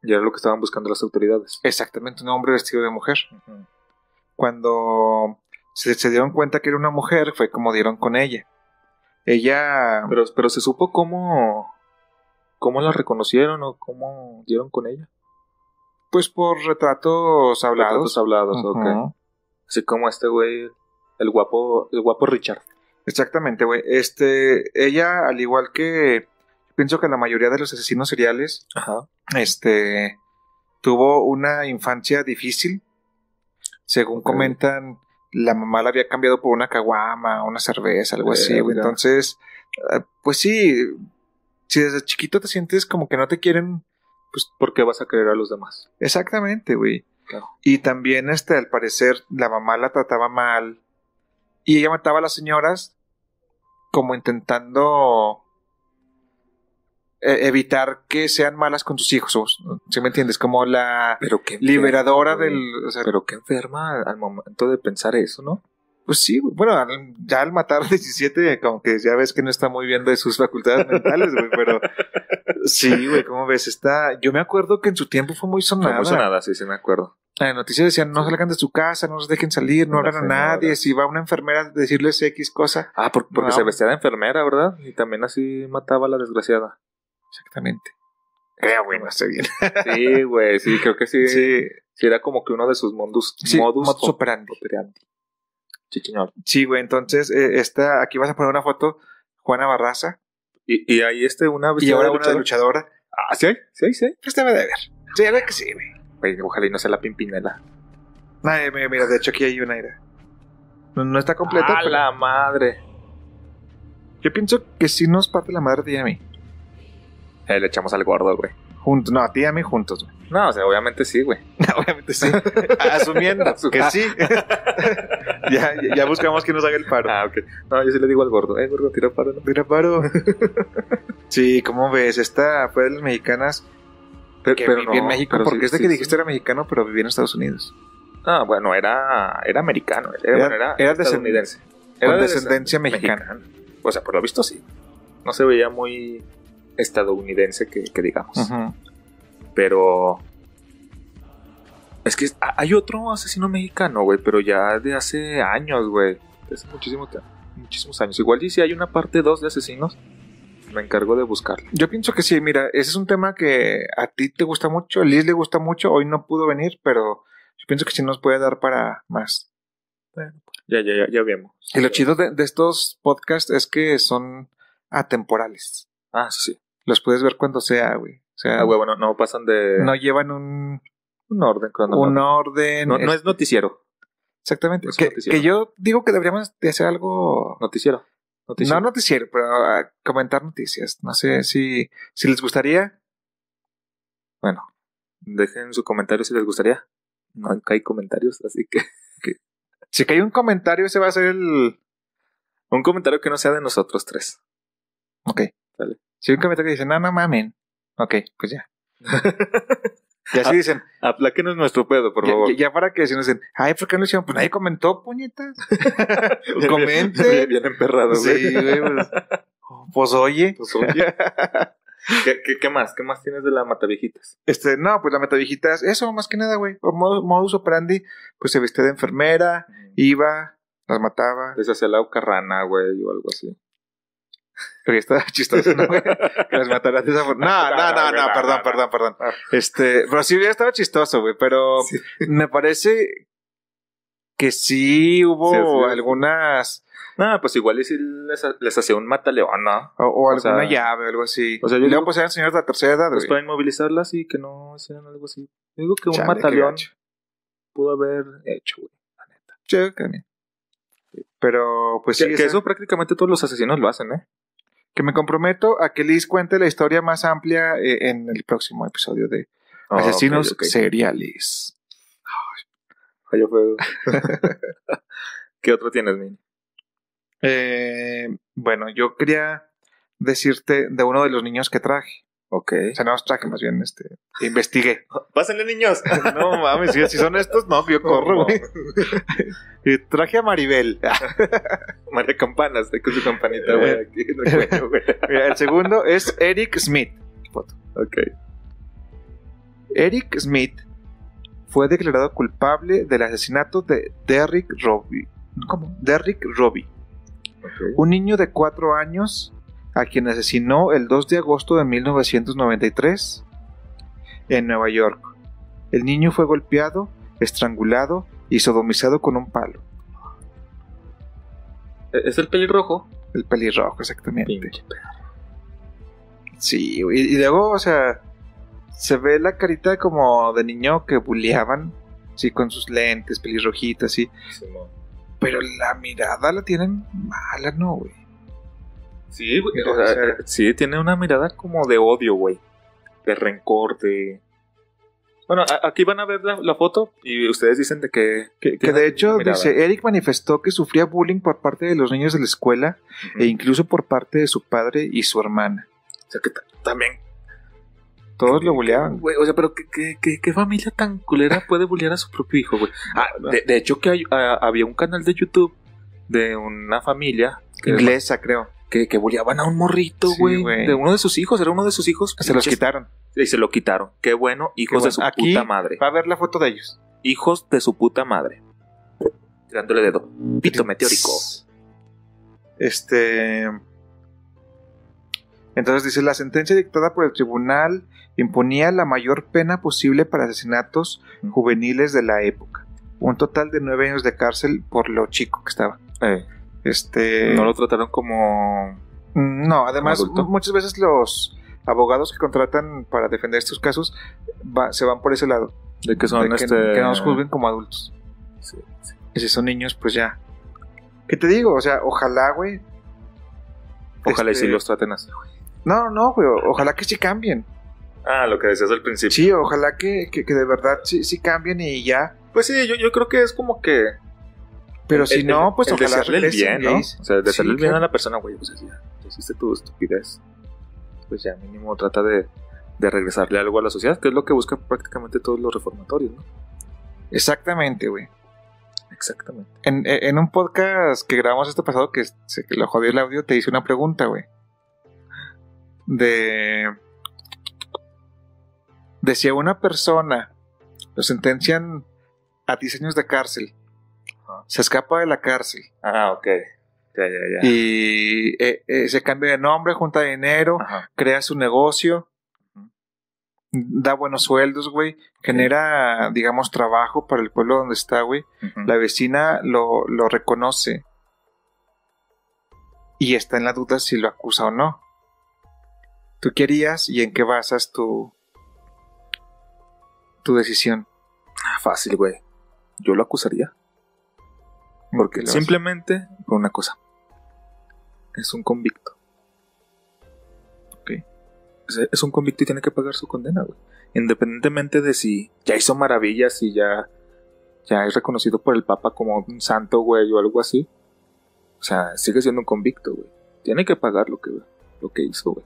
Speaker 2: Y era lo que estaban buscando las autoridades.
Speaker 3: Exactamente, un hombre vestido de mujer. Cuando se, se dieron cuenta que era una mujer, fue como dieron con ella. Ella...
Speaker 2: Pero, pero se supo cómo. ¿Cómo la reconocieron o cómo dieron con ella?
Speaker 3: Pues por retratos hablados.
Speaker 2: Los hablados, ok.
Speaker 3: Ujú.
Speaker 2: Así como este güey, el guapo, el guapo Richard.
Speaker 3: Exactamente, güey. Este, ella, al igual que pienso que la mayoría de los asesinos seriales,
Speaker 2: Ajá.
Speaker 3: este, tuvo una infancia difícil. Según
Speaker 2: Ok.
Speaker 3: comentan, la mamá la había cambiado por una caguama, una cerveza, algo así, güey.
Speaker 2: Verga.
Speaker 3: Entonces, eh, pues sí, si desde chiquito te sientes como que no te quieren
Speaker 2: Pues, ¿por qué vas a creer a los demás?
Speaker 3: Exactamente, güey.
Speaker 2: Claro.
Speaker 3: Y también, este, al parecer, la mamá la trataba mal. Y ella mataba a las señoras como intentando eh, evitar que sean malas con sus hijos. o- ¿Sí me entiendes? Como la
Speaker 2: Pero qué
Speaker 3: liberadora
Speaker 2: enfermo,
Speaker 3: del...
Speaker 2: güey.
Speaker 3: o sea,
Speaker 2: Pero qué enferma al momento de pensar eso, ¿no?
Speaker 3: pues sí, güey. bueno, al- ya al matar 17, como que ya ves que no está muy bien de sus facultades mentales, güey, pero... Sí, güey, ¿cómo ves? Está... Yo me acuerdo que en su tiempo fue muy
Speaker 2: No
Speaker 3: sonada.
Speaker 2: pasa nada, sí, sí me acuerdo.
Speaker 3: En las noticias decían, no salgan de su casa, no los dejen salir, no
Speaker 2: Una
Speaker 3: hablan a
Speaker 2: señora.
Speaker 3: nadie. Si va una enfermera a decirles X cosa.
Speaker 2: Ah, por- porque
Speaker 3: No.
Speaker 2: se vestía de enfermera, ¿verdad? Y también así mataba a la desgraciada.
Speaker 3: Exactamente. Creo, güey, no sé bien.
Speaker 2: Sí, güey, sí, creo que sí. Sí,
Speaker 3: Sí,
Speaker 2: era como que uno de sus modus,
Speaker 3: sí,
Speaker 2: modus,
Speaker 3: modus
Speaker 2: op-
Speaker 3: operandi.
Speaker 2: operandi. Chichiñol.
Speaker 3: Sí, güey, entonces, eh, esta, aquí vas a poner una foto, Juana Barraza,
Speaker 2: Y, y ahí este, una
Speaker 3: y
Speaker 2: vestida
Speaker 3: ahora
Speaker 2: de
Speaker 3: una
Speaker 2: luchador.
Speaker 3: luchadora.
Speaker 2: Ah, sí, hay? sí, hay, sí. hay.
Speaker 3: Pues debe de haber. Sí, a ver que sí, güey.
Speaker 2: Güey, ojalá y no sea la pimpinela.
Speaker 3: Ay, eh, mira, mira, de hecho aquí hay una ira. No, no está completa,
Speaker 2: ¡A
Speaker 3: pero
Speaker 2: la madre!
Speaker 3: yo pienso que sí nos parte la madre de mí.
Speaker 2: Eh, le echamos al gordo, güey.
Speaker 3: Juntos, no, a ti y a mí juntos, güey.
Speaker 2: No, o sea, obviamente sí, güey.
Speaker 3: Obviamente sí. Asumiendo que
Speaker 2: Ah,
Speaker 3: sí. ya, ya- ya buscamos que nos haga el paro.
Speaker 2: Ah, ok. No, yo sí le digo al gordo. Eh, gordo, tira para no.
Speaker 3: Mira, paro. sí, ¿cómo ves? Esta fue de las mexicanas
Speaker 2: Pero,
Speaker 3: que
Speaker 2: pero
Speaker 3: viví en
Speaker 2: no,
Speaker 3: México,
Speaker 2: pero
Speaker 3: porque
Speaker 2: sí-
Speaker 3: este
Speaker 2: sí,
Speaker 3: que
Speaker 2: sí.
Speaker 3: dijiste era mexicano, pero vivía en Estados Unidos.
Speaker 2: Ah, bueno, era, era americano. Era,
Speaker 3: Era-
Speaker 2: bueno, era,
Speaker 3: era
Speaker 2: estadounidense.
Speaker 3: Con
Speaker 2: de
Speaker 3: descendencia
Speaker 2: descend-
Speaker 3: mexicana.
Speaker 2: O sea, por lo visto sí. No se veía muy estadounidense que, que digamos.
Speaker 3: Ujú.
Speaker 2: Pero... Es que es- ha- hay otro asesino mexicano, güey, pero ya de hace años, güey. De hace muchísimo ta- muchísimos años. Igual y si hay una parte 2 de asesinos, me encargo de buscarla.
Speaker 3: Yo pienso que sí, mira, ese es un tema que a ti te gusta mucho, a Liz le gusta mucho, hoy no pudo venir, pero yo pienso que sí nos puede dar para más.
Speaker 2: Ya, ya, ya, ya vemos.
Speaker 3: Y lo chido de, de estos podcasts es que son atemporales.
Speaker 2: Ah, sí, sí.
Speaker 3: Los puedes ver cuando sea, güey. O sea,
Speaker 2: Ah, güey, bueno, no pasan de
Speaker 3: no llevan un,
Speaker 2: un orden
Speaker 3: un
Speaker 2: cronológico.
Speaker 3: orden. eh.
Speaker 2: No, no es noticiero.
Speaker 3: Exactamente.
Speaker 2: no es
Speaker 3: Que,
Speaker 2: noticiero.
Speaker 3: que yo digo que deberíamos de hacer algo
Speaker 2: Noticiero. Noticiero.
Speaker 3: No noticiero, pero ah, comentar noticias. No sé si, si les gustaría.
Speaker 2: Bueno, dejen su comentario si les gustaría. No hay comentarios, así que.
Speaker 3: Si cae un comentario, ese va a ser el.
Speaker 2: Un comentario que no sea de nosotros tres.
Speaker 3: Ok.
Speaker 2: Dale.
Speaker 3: Si hay un comentario que dice, no, no mamen. Ok, pues ya. Y así
Speaker 2: Ah,
Speaker 3: dicen,
Speaker 2: Apláquenos nuestro pedo, por
Speaker 3: ya,
Speaker 2: favor.
Speaker 3: ya- ya para que si nos dicen, ay, ¿por qué no lo hicieron? Pues nadie comentó, puñetas. comente.
Speaker 2: Bien, bien emperrado,
Speaker 3: sí,
Speaker 2: güey.
Speaker 3: güey, pues, pues, oye.
Speaker 2: Pues, oye. ¿Qué, qué, qué más? ¿Qué más tienes de la mataviejitas?
Speaker 3: Este, no, pues la metavijita es eso, más que nada, güey. O modo- Modus operandi, pues se vestía de enfermera,
Speaker 2: Y
Speaker 3: iba, las mataba.
Speaker 2: les hacía la carrana, güey, o algo así.
Speaker 3: Porque estaba chistoso, ¿no, güey? Que las matarás de esa forma. No, no, no, no, perdón, perdón, perdón. Este, pero sí hubiera estado chistoso, güey, pero
Speaker 2: Sí.
Speaker 3: me parece que sí hubo
Speaker 2: Sí, sí.
Speaker 3: algunas,
Speaker 2: No, pues igual y si les, ha- les hacía un mataleón, ¿no?
Speaker 3: o, o alguna
Speaker 2: sea,
Speaker 3: llave o algo así.
Speaker 2: o sea, yo
Speaker 3: y luego
Speaker 2: digo-
Speaker 3: pues eran señores de la tercera edad,
Speaker 2: Pues
Speaker 3: güey.
Speaker 2: para inmovilizarlas y que no hicieran algo así. Yo digo que un
Speaker 3: Chale, qué
Speaker 2: mataleón
Speaker 3: gacho.
Speaker 2: pudo haber hecho, güey.
Speaker 3: Sí, yo también. Pero pues
Speaker 2: que,
Speaker 3: sí,
Speaker 2: que
Speaker 3: esa-
Speaker 2: eso prácticamente todos los asesinos lo hacen, ¿eh?
Speaker 3: que me comprometo a que Liz cuente la historia más amplia eh, en el próximo episodio de Asesinos
Speaker 2: Ah, ok, ok.
Speaker 3: Seriales.
Speaker 2: Ay, yo puedo. ¿Qué otro tienes, Mini?
Speaker 3: Eh, bueno, yo quería decirte de uno de los niños que traje.
Speaker 2: Ok.
Speaker 3: O sea, no los traje, más bien este, investigué.
Speaker 2: Pásenle, niños.
Speaker 3: No mames, si, si son estos, no, yo corro, güey. Y traje a Maribel.
Speaker 2: María Campanas, de con su
Speaker 3: Eh.
Speaker 2: campanita, güey, aquí en el cuello, güey.
Speaker 3: Mira, el segundo es Eric Smith. Foto.
Speaker 2: Ok.
Speaker 3: Eric Smith fue declarado culpable del asesinato de Derrick Robbie. ¿Cómo? Derrick Robbie,
Speaker 2: ok.
Speaker 3: un niño de cuatro años a quien asesinó el 2 de agosto de 1993 en Nueva York. El niño fue golpeado, estrangulado y sodomizado con un palo.
Speaker 2: ¿Es el pelirrojo?
Speaker 3: El pelirrojo, exactamente.
Speaker 2: Pinche perro.
Speaker 3: Sí, güey, y, luego, o sea, se ve la carita como de niño que buleaban, sí, con sus lentes, pelirrojitas, sí,
Speaker 2: Simón.
Speaker 3: pero la mirada la tienen mala, ¿no, güey?
Speaker 2: Sí, güey.
Speaker 3: Mira,
Speaker 2: o sea,
Speaker 3: o sea,
Speaker 2: sí, tiene una mirada como de odio, güey. De rencor, de. Bueno, a- aquí van a ver la, la foto y ustedes dicen de que.
Speaker 3: Que, que
Speaker 2: Tiene
Speaker 3: de hecho,
Speaker 2: mirada.
Speaker 3: dice, Eric manifestó que sufría bullying por parte de los niños de la escuela e incluso por parte de su padre y su hermana.
Speaker 2: O sea, que ta- también.
Speaker 3: Todos lo buleaban.
Speaker 2: Güey, o sea, pero ¿qué, qué, qué, qué familia tan culera puede bullear a su propio hijo, güey? Ah, de, de hecho, que hay- ah, había un canal de YouTube de una familia que-
Speaker 3: Inglesa, creo.
Speaker 2: que, que buleaban a un morrito,
Speaker 3: Sí,
Speaker 2: güey.
Speaker 3: güey.
Speaker 2: de uno de sus hijos, era uno de sus hijos.
Speaker 3: Se los
Speaker 2: Pinches-
Speaker 3: quitaron.
Speaker 2: Y se lo quitaron. Qué bueno, hijos
Speaker 3: bueno.
Speaker 2: de su
Speaker 3: Aquí-
Speaker 2: puta madre.
Speaker 3: Va a ver la foto de ellos.
Speaker 2: Hijos de su puta madre. Tirándole dedo. Pito meteórico.
Speaker 3: Este. Entonces dice: La sentencia dictada por el tribunal imponía la mayor pena posible para asesinatos juveniles de la época. Un total de nueve años de cárcel por lo chico que estaba. Este.
Speaker 2: No lo trataron como.
Speaker 3: No, además,
Speaker 2: ¿Como adulto?
Speaker 3: mu- muchas veces los abogados que contratan para defender estos casos va- se van por ese lado.
Speaker 2: De que son
Speaker 3: de que,
Speaker 2: este.
Speaker 3: que no nos juzguen como adultos.
Speaker 2: Sí, sí.
Speaker 3: Y si son niños, pues ya. ¿Qué te digo? O sea, ojalá, güey.
Speaker 2: Ojalá y
Speaker 3: Este,
Speaker 2: si los traten así. güey.
Speaker 3: No, no, güey. Ojalá que sí cambien.
Speaker 2: Ah, lo que decías al principio.
Speaker 3: Sí, ojalá que, que, que de verdad sí, sí cambien y ya.
Speaker 2: Pues sí, yo, yo creo que es como que.
Speaker 3: Pero
Speaker 2: el-
Speaker 3: si
Speaker 2: el-
Speaker 3: no, pues
Speaker 2: el
Speaker 3: ojalá
Speaker 2: desearle el
Speaker 3: regresen,
Speaker 2: bien, ¿no?
Speaker 3: güey.
Speaker 2: O sea, desearle
Speaker 3: Sí,
Speaker 2: el bien
Speaker 3: claro.
Speaker 2: a la persona, güey. Pues ya, ya hiciste tu estupidez. Pues ya, mínimo trata de, de regresarle algo a la sociedad, que es lo que buscan prácticamente todos los reformatorios, ¿no?
Speaker 3: Exactamente, güey.
Speaker 2: Exactamente.
Speaker 3: En, en- en un podcast que grabamos este pasado que se que lo jodió el audio, te hice una pregunta, güey. De. De si a una persona lo sentencian a 10 años de cárcel,
Speaker 2: Ajá.
Speaker 3: se escapa de la cárcel
Speaker 2: Ah, ok. Ya, ya, ya.
Speaker 3: y eh, eh, se cambia de nombre, junta dinero,
Speaker 2: Ajá.
Speaker 3: crea su negocio,
Speaker 2: Ujú.
Speaker 3: da buenos sueldos, güey, genera, digamos, trabajo para el pueblo donde está, güey.
Speaker 2: Ujú.
Speaker 3: La vecina lo, lo reconoce y está en la duda si lo acusa o no. ¿Tú querías y en qué basas tu, tu decisión?
Speaker 2: Ah, Fácil, güey. Yo lo acusaría.
Speaker 3: Porque
Speaker 2: Simplemente por una cosa. Es un convicto. Ok. O sea, Es un convicto y tiene que pagar su condena, güey. Independientemente de si ya hizo maravillas y ya, ya es reconocido por el Papa como un santo, güey, o algo así. O sea, sigue siendo un convicto, güey. Tiene que pagar lo que, lo que hizo, güey.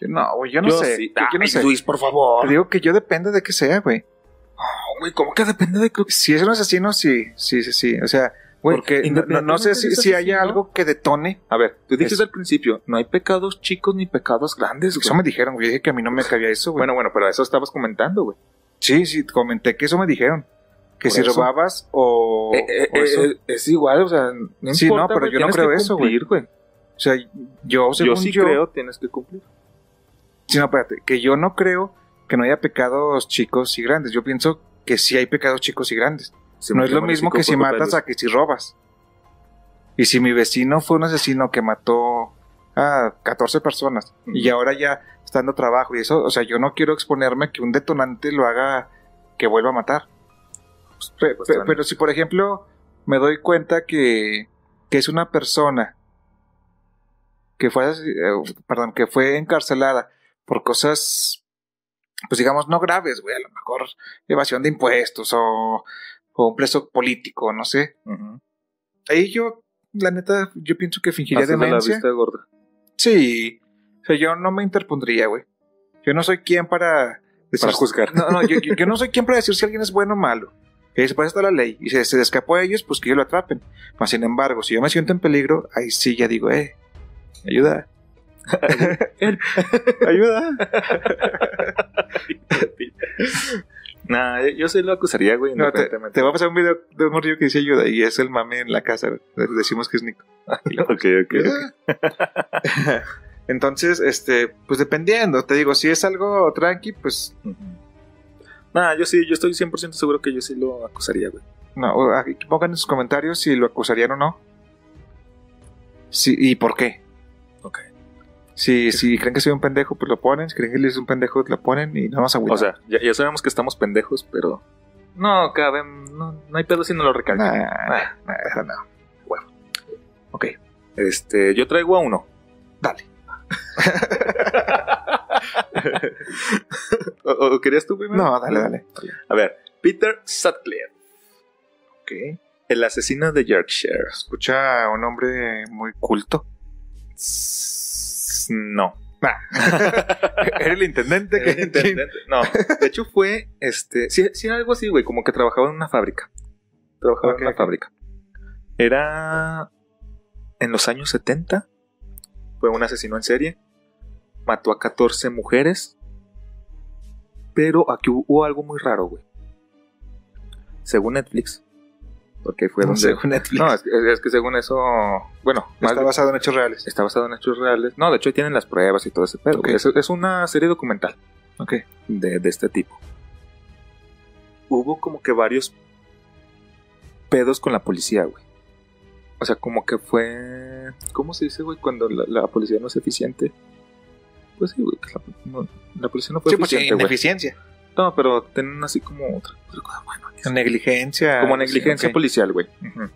Speaker 3: No, güey, yo no sé.
Speaker 2: sí-
Speaker 3: yo- yo no
Speaker 2: Ay,
Speaker 3: sé.
Speaker 2: Luis, por favor.
Speaker 3: Te digo que yo depende de que sea, güey.
Speaker 2: No, Ah, güey, ¿cómo que depende de que...
Speaker 3: Si es un asesino, sí, sí, sí, sí. O sea, güey,
Speaker 2: Porque
Speaker 3: no- no, no sé si,
Speaker 2: independientemente
Speaker 3: si
Speaker 2: de
Speaker 3: haya
Speaker 2: asesino-
Speaker 3: algo que detone.
Speaker 2: A ver, tú dijiste
Speaker 3: Es-
Speaker 2: al principio, no hay pecados chicos ni pecados grandes, güey.
Speaker 3: Eso me dijeron, güey. Yo dije que a mí no me cabía eso, güey.
Speaker 2: Bueno, bueno, pero eso estabas comentando, güey.
Speaker 3: sí, sí, comenté que eso me dijeron.
Speaker 2: Por
Speaker 3: Que si
Speaker 2: eso.
Speaker 3: robabas o,
Speaker 2: Eh, eh,
Speaker 3: o eso.
Speaker 2: eh, es igual, o sea, no
Speaker 3: Sí, no, pero yo no creo eso, güey.
Speaker 2: güey.
Speaker 3: O sea, yo
Speaker 2: yo
Speaker 3: según
Speaker 2: sí creo tienes que cumplir.
Speaker 3: Sí, no, espérate, que yo no creo que no haya pecados chicos y grandes. Yo pienso que sí hay pecados chicos y grandes.
Speaker 2: Se
Speaker 3: no
Speaker 2: me
Speaker 3: es lo
Speaker 2: quemaron
Speaker 3: mismo
Speaker 2: cinco
Speaker 3: que si matas
Speaker 2: papeles.
Speaker 3: a que si robas. Y si mi vecino fue un asesino que mató a 14 personas y
Speaker 2: Ujú.
Speaker 3: ahora ya está dando trabajo y eso, o sea, yo no quiero exponerme que un detonante lo haga que vuelva a matar. Pe-
Speaker 2: pues,
Speaker 3: pe-
Speaker 2: también.
Speaker 3: pero si, por ejemplo, me doy cuenta que, que es una persona que fue, as- eh, perdón, que fue encarcelada por cosas, pues digamos, no graves, güey, a lo mejor evasión de impuestos o, o un preso político, no sé.
Speaker 2: Ujú.
Speaker 3: Ahí yo, la neta, yo pienso que fingiría
Speaker 2: Hacerle la
Speaker 3: demencia.
Speaker 2: vista gorda.
Speaker 3: Sí. O sea, yo no me interpondría, güey. Yo no soy quien para... decir-
Speaker 2: Para juzgar.
Speaker 3: No, no, yo, yo- yo no soy quien para decir si alguien es bueno o malo. Que se pasa la ley y se, se le escapó a ellos, pues que ellos lo atrapen. Mas, sin embargo, si yo me siento en peligro, ahí sí ya digo, eh, ayuda. ayuda.
Speaker 2: Nah, yo- yo sí lo acusaría, güey,
Speaker 3: No, te,
Speaker 2: independientemente.
Speaker 3: te va a pasar un video de un morrillo que dice ayuda y es el mame en la casa. güey. Le Decimos que es Nico.
Speaker 2: Ok, ok, ok.
Speaker 3: Entonces, este, pues dependiendo, te digo, si es algo tranqui, pues
Speaker 2: Ujú. Nah, yo sí, yo estoy 100% seguro que yo sí lo acusaría, güey.
Speaker 3: No, o- aquí pongan en sus comentarios si lo acusarían o no. Sí, ¿Y por qué?
Speaker 2: Ok.
Speaker 3: Si, si creen que soy un pendejo, pues lo ponen. Si creen que él es un pendejo, lo ponen y no vamos a
Speaker 2: O
Speaker 3: agüitar.
Speaker 2: sea, ya, ya sabemos que estamos pendejos, pero. No, cabe. No, no hay pedo si no lo recalcan.
Speaker 3: Nah, nah, nah, esa no.
Speaker 2: Este, yo traigo a uno.
Speaker 3: Dale.
Speaker 2: ¿O, o querías tú primero?
Speaker 3: No, dale, dale.
Speaker 2: A ver, Peter Sutcliffe,
Speaker 3: Ok.
Speaker 2: el asesino de Yorkshire.
Speaker 3: Escucha a un hombre muy culto.
Speaker 2: S- No.
Speaker 3: Era el intendente que.
Speaker 2: No, de hecho fue, este, sí, sí era algo así, güey, como que trabajaba en una fábrica. Trabajaba
Speaker 3: Ok,
Speaker 2: en una
Speaker 3: ok.
Speaker 2: fábrica. Era en los años 70. Fue un asesino en serie. Mató a 14 mujeres. Pero aquí hubo algo muy raro, güey. Según Netflix. Porque fue donde...
Speaker 3: Según Netflix.
Speaker 2: No, es, que- es que según eso... Bueno, más
Speaker 3: Está
Speaker 2: bien-
Speaker 3: basado en hechos reales.
Speaker 2: está basado en hechos reales. No, de hecho ahí tienen las pruebas y todo ese pedo.
Speaker 3: Ok.
Speaker 2: güey. Es, es una serie documental
Speaker 3: Ok.
Speaker 2: de, de este tipo. Hubo como que varios pedos con la policía, güey. O sea, como que fue... ¿Cómo se dice, güey? Cuando la, la policía no es eficiente. Pues sí, güey. que La, no- la policía no fue
Speaker 3: Sí, pues
Speaker 2: eficiente, güey.
Speaker 3: ineficiencia.
Speaker 2: No, pero tienen así como otra, otra cosa. Bueno,
Speaker 3: Negligencia.
Speaker 2: como negligencia
Speaker 3: Ah, Ok.
Speaker 2: policial, güey. Ujú.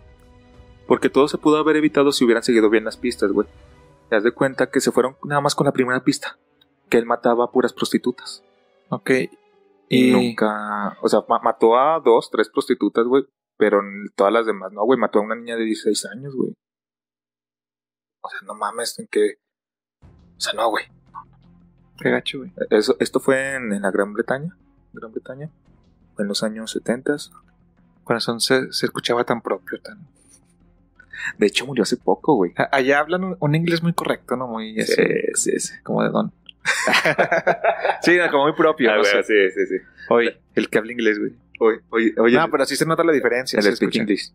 Speaker 2: Porque todo se pudo haber evitado si hubieran seguido bien las pistas, güey. Te das de cuenta que se fueron nada más con la primera pista. Que él mataba a puras prostitutas.
Speaker 3: Ok.
Speaker 2: Y
Speaker 3: Y-
Speaker 2: nunca... O sea, ma- mató a dos, tres prostitutas, güey. Pero en todas las demás, no, güey. Mató a una niña de 16 años, güey. O sea, no mames, en que... O sea, no, güey.
Speaker 3: Qué gacho, güey.
Speaker 2: Eso- esto fue en, en la Gran Bretaña. Gran Bretaña. En los años 70.
Speaker 3: Corazón se, se escuchaba tan propio, tan.
Speaker 2: De hecho, murió hace poco, güey.
Speaker 3: A- Allá hablan un, un inglés muy correcto, ¿no? Muy así,
Speaker 2: sí, sí.
Speaker 3: como de don. sí, no, como muy propio.
Speaker 2: Ah,
Speaker 3: no
Speaker 2: güey,
Speaker 3: sé.
Speaker 2: sí, sí, sí.
Speaker 3: Hoy, el que habla inglés, güey.
Speaker 2: Oye, oye, oye.
Speaker 3: no, pero sí se nota la diferencia.
Speaker 2: el
Speaker 3: se
Speaker 2: speak
Speaker 3: escucha.
Speaker 2: English.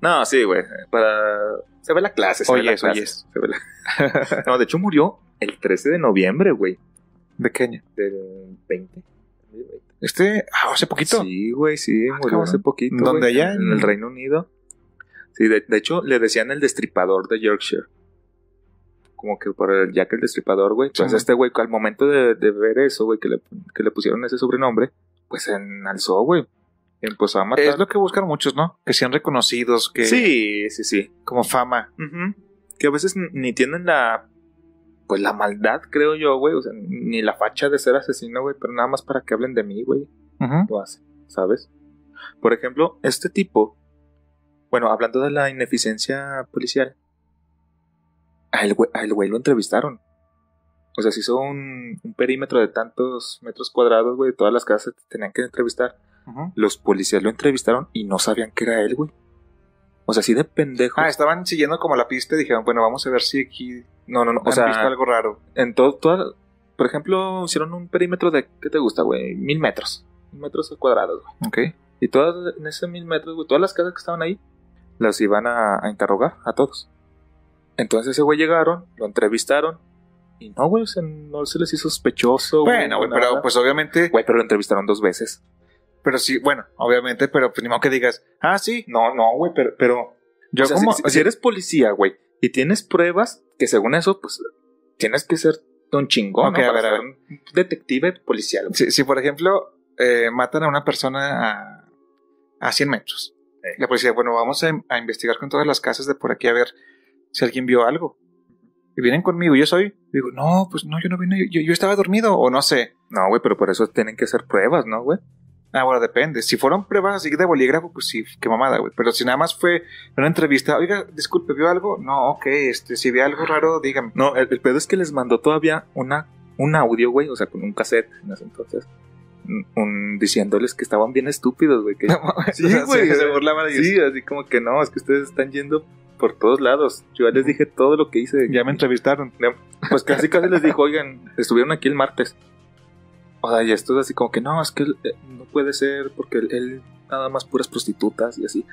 Speaker 2: No, sí, güey. Para... Se ve la clase. Se ve la
Speaker 3: Oyes,
Speaker 2: clase,
Speaker 3: oyes.
Speaker 2: se ve la- no, de hecho murió el 13 de noviembre, güey.
Speaker 3: ¿De qué año?
Speaker 2: Del 20.
Speaker 3: Este, ah, hace poquito.
Speaker 2: Sí, güey, sí,
Speaker 3: Ah,
Speaker 2: murió hace
Speaker 3: cabrón.
Speaker 2: poquito.
Speaker 3: ¿Dónde
Speaker 2: güey,
Speaker 3: allá?
Speaker 2: En el Reino Unido. Sí, de, de hecho le decían el destripador de Yorkshire. Como que por el Jack el destripador, güey. Pues
Speaker 3: Sí.
Speaker 2: este güey, al momento de, de ver eso, güey, que le, que le pusieron ese sobrenombre, pues se enalzó, güey. Empezó a matar.
Speaker 3: Es lo que buscan muchos, ¿no? Que sean reconocidos, que
Speaker 2: Sí, sí, sí.
Speaker 3: como fama.
Speaker 2: Ujú. Que a veces n- ni tienen la. Pues la maldad, creo yo, güey. O sea, ni la facha de ser asesino, güey. Pero nada más para que hablen de mí, güey.
Speaker 3: Ujú.
Speaker 2: Lo hace, ¿sabes? Por ejemplo, este tipo. Bueno, hablando de la ineficiencia policial. Al güey, al güey lo entrevistaron. O sea, se hizo un, un perímetro de tantos metros cuadrados, güey. de Todas las casas tenían que entrevistar.
Speaker 3: Ujú.
Speaker 2: Los policías lo entrevistaron y no sabían que era él, güey. O sea, así de pendejo.
Speaker 3: Ah, estaban siguiendo como la pista y dijeron, bueno, vamos a ver si aquí
Speaker 2: no, no, no.
Speaker 3: han
Speaker 2: O sea,
Speaker 3: visto algo raro.
Speaker 2: en todo, toda- por ejemplo, hicieron un perímetro de, ¿qué te gusta, güey? Mil metros. Mil metros cuadrados, güey.
Speaker 3: Ok.
Speaker 2: Y todas, en esos mil metros, güey, todas las casas que estaban ahí, las iban a, a interrogar a todos. Entonces ese güey llegaron, lo entrevistaron. Y no, güey, se- no se les hizo sospechoso. güey,
Speaker 3: Bueno, güey,
Speaker 2: nada.
Speaker 3: pero pues obviamente.
Speaker 2: Güey, pero lo entrevistaron dos veces.
Speaker 3: Pero sí, bueno, obviamente, pero pues ni modo que digas, ah, sí.
Speaker 2: No, no, güey, pero, pero
Speaker 3: Yo
Speaker 2: o sea,
Speaker 3: como.
Speaker 2: si, si- si eres policía, güey, y tienes pruebas, que según eso, pues tienes que ser un chingón,
Speaker 3: Ok,
Speaker 2: ¿no?
Speaker 3: a
Speaker 2: Para
Speaker 3: ver, a
Speaker 2: ser un detective policial. güey.
Speaker 3: si, si, por ejemplo, eh, matan a una persona a, a 100 metros. La policía, bueno, vamos a, a investigar con todas las casas de por aquí a ver si alguien vio algo. Y vienen conmigo, yo soy. Digo, no, pues no, yo no vine, yo, yo estaba dormido, o no sé.
Speaker 2: No, güey, pero por eso tienen que ser pruebas, ¿no, güey?
Speaker 3: Ah, bueno, depende. Si fueron pruebas así de bolígrafo, pues sí, qué mamada, güey. Pero si nada más fue una entrevista, oiga, disculpe, ¿vio algo? No, ok, este, si vi algo raro, dígame.
Speaker 2: No, el, el pedo es que les mandó todavía una, un audio, güey, o sea, con un cassette en ese entonces, un- un- diciéndoles que estaban bien estúpidos, güey. Que,
Speaker 3: O sea,
Speaker 2: güey,
Speaker 3: se,
Speaker 2: o
Speaker 3: se
Speaker 2: sea,
Speaker 3: burlaba de ellos.
Speaker 2: sí, así como que no, es que ustedes están yendo por todos lados. Yo ya les dije todo lo que hice.
Speaker 3: Ya me entrevistaron.
Speaker 2: Pues casi casi les dijo, oigan, estuvieron aquí el martes. O sea, y esto es así como que no, es que él, eh, no puede ser porque él, él nada más puras prostitutas y así.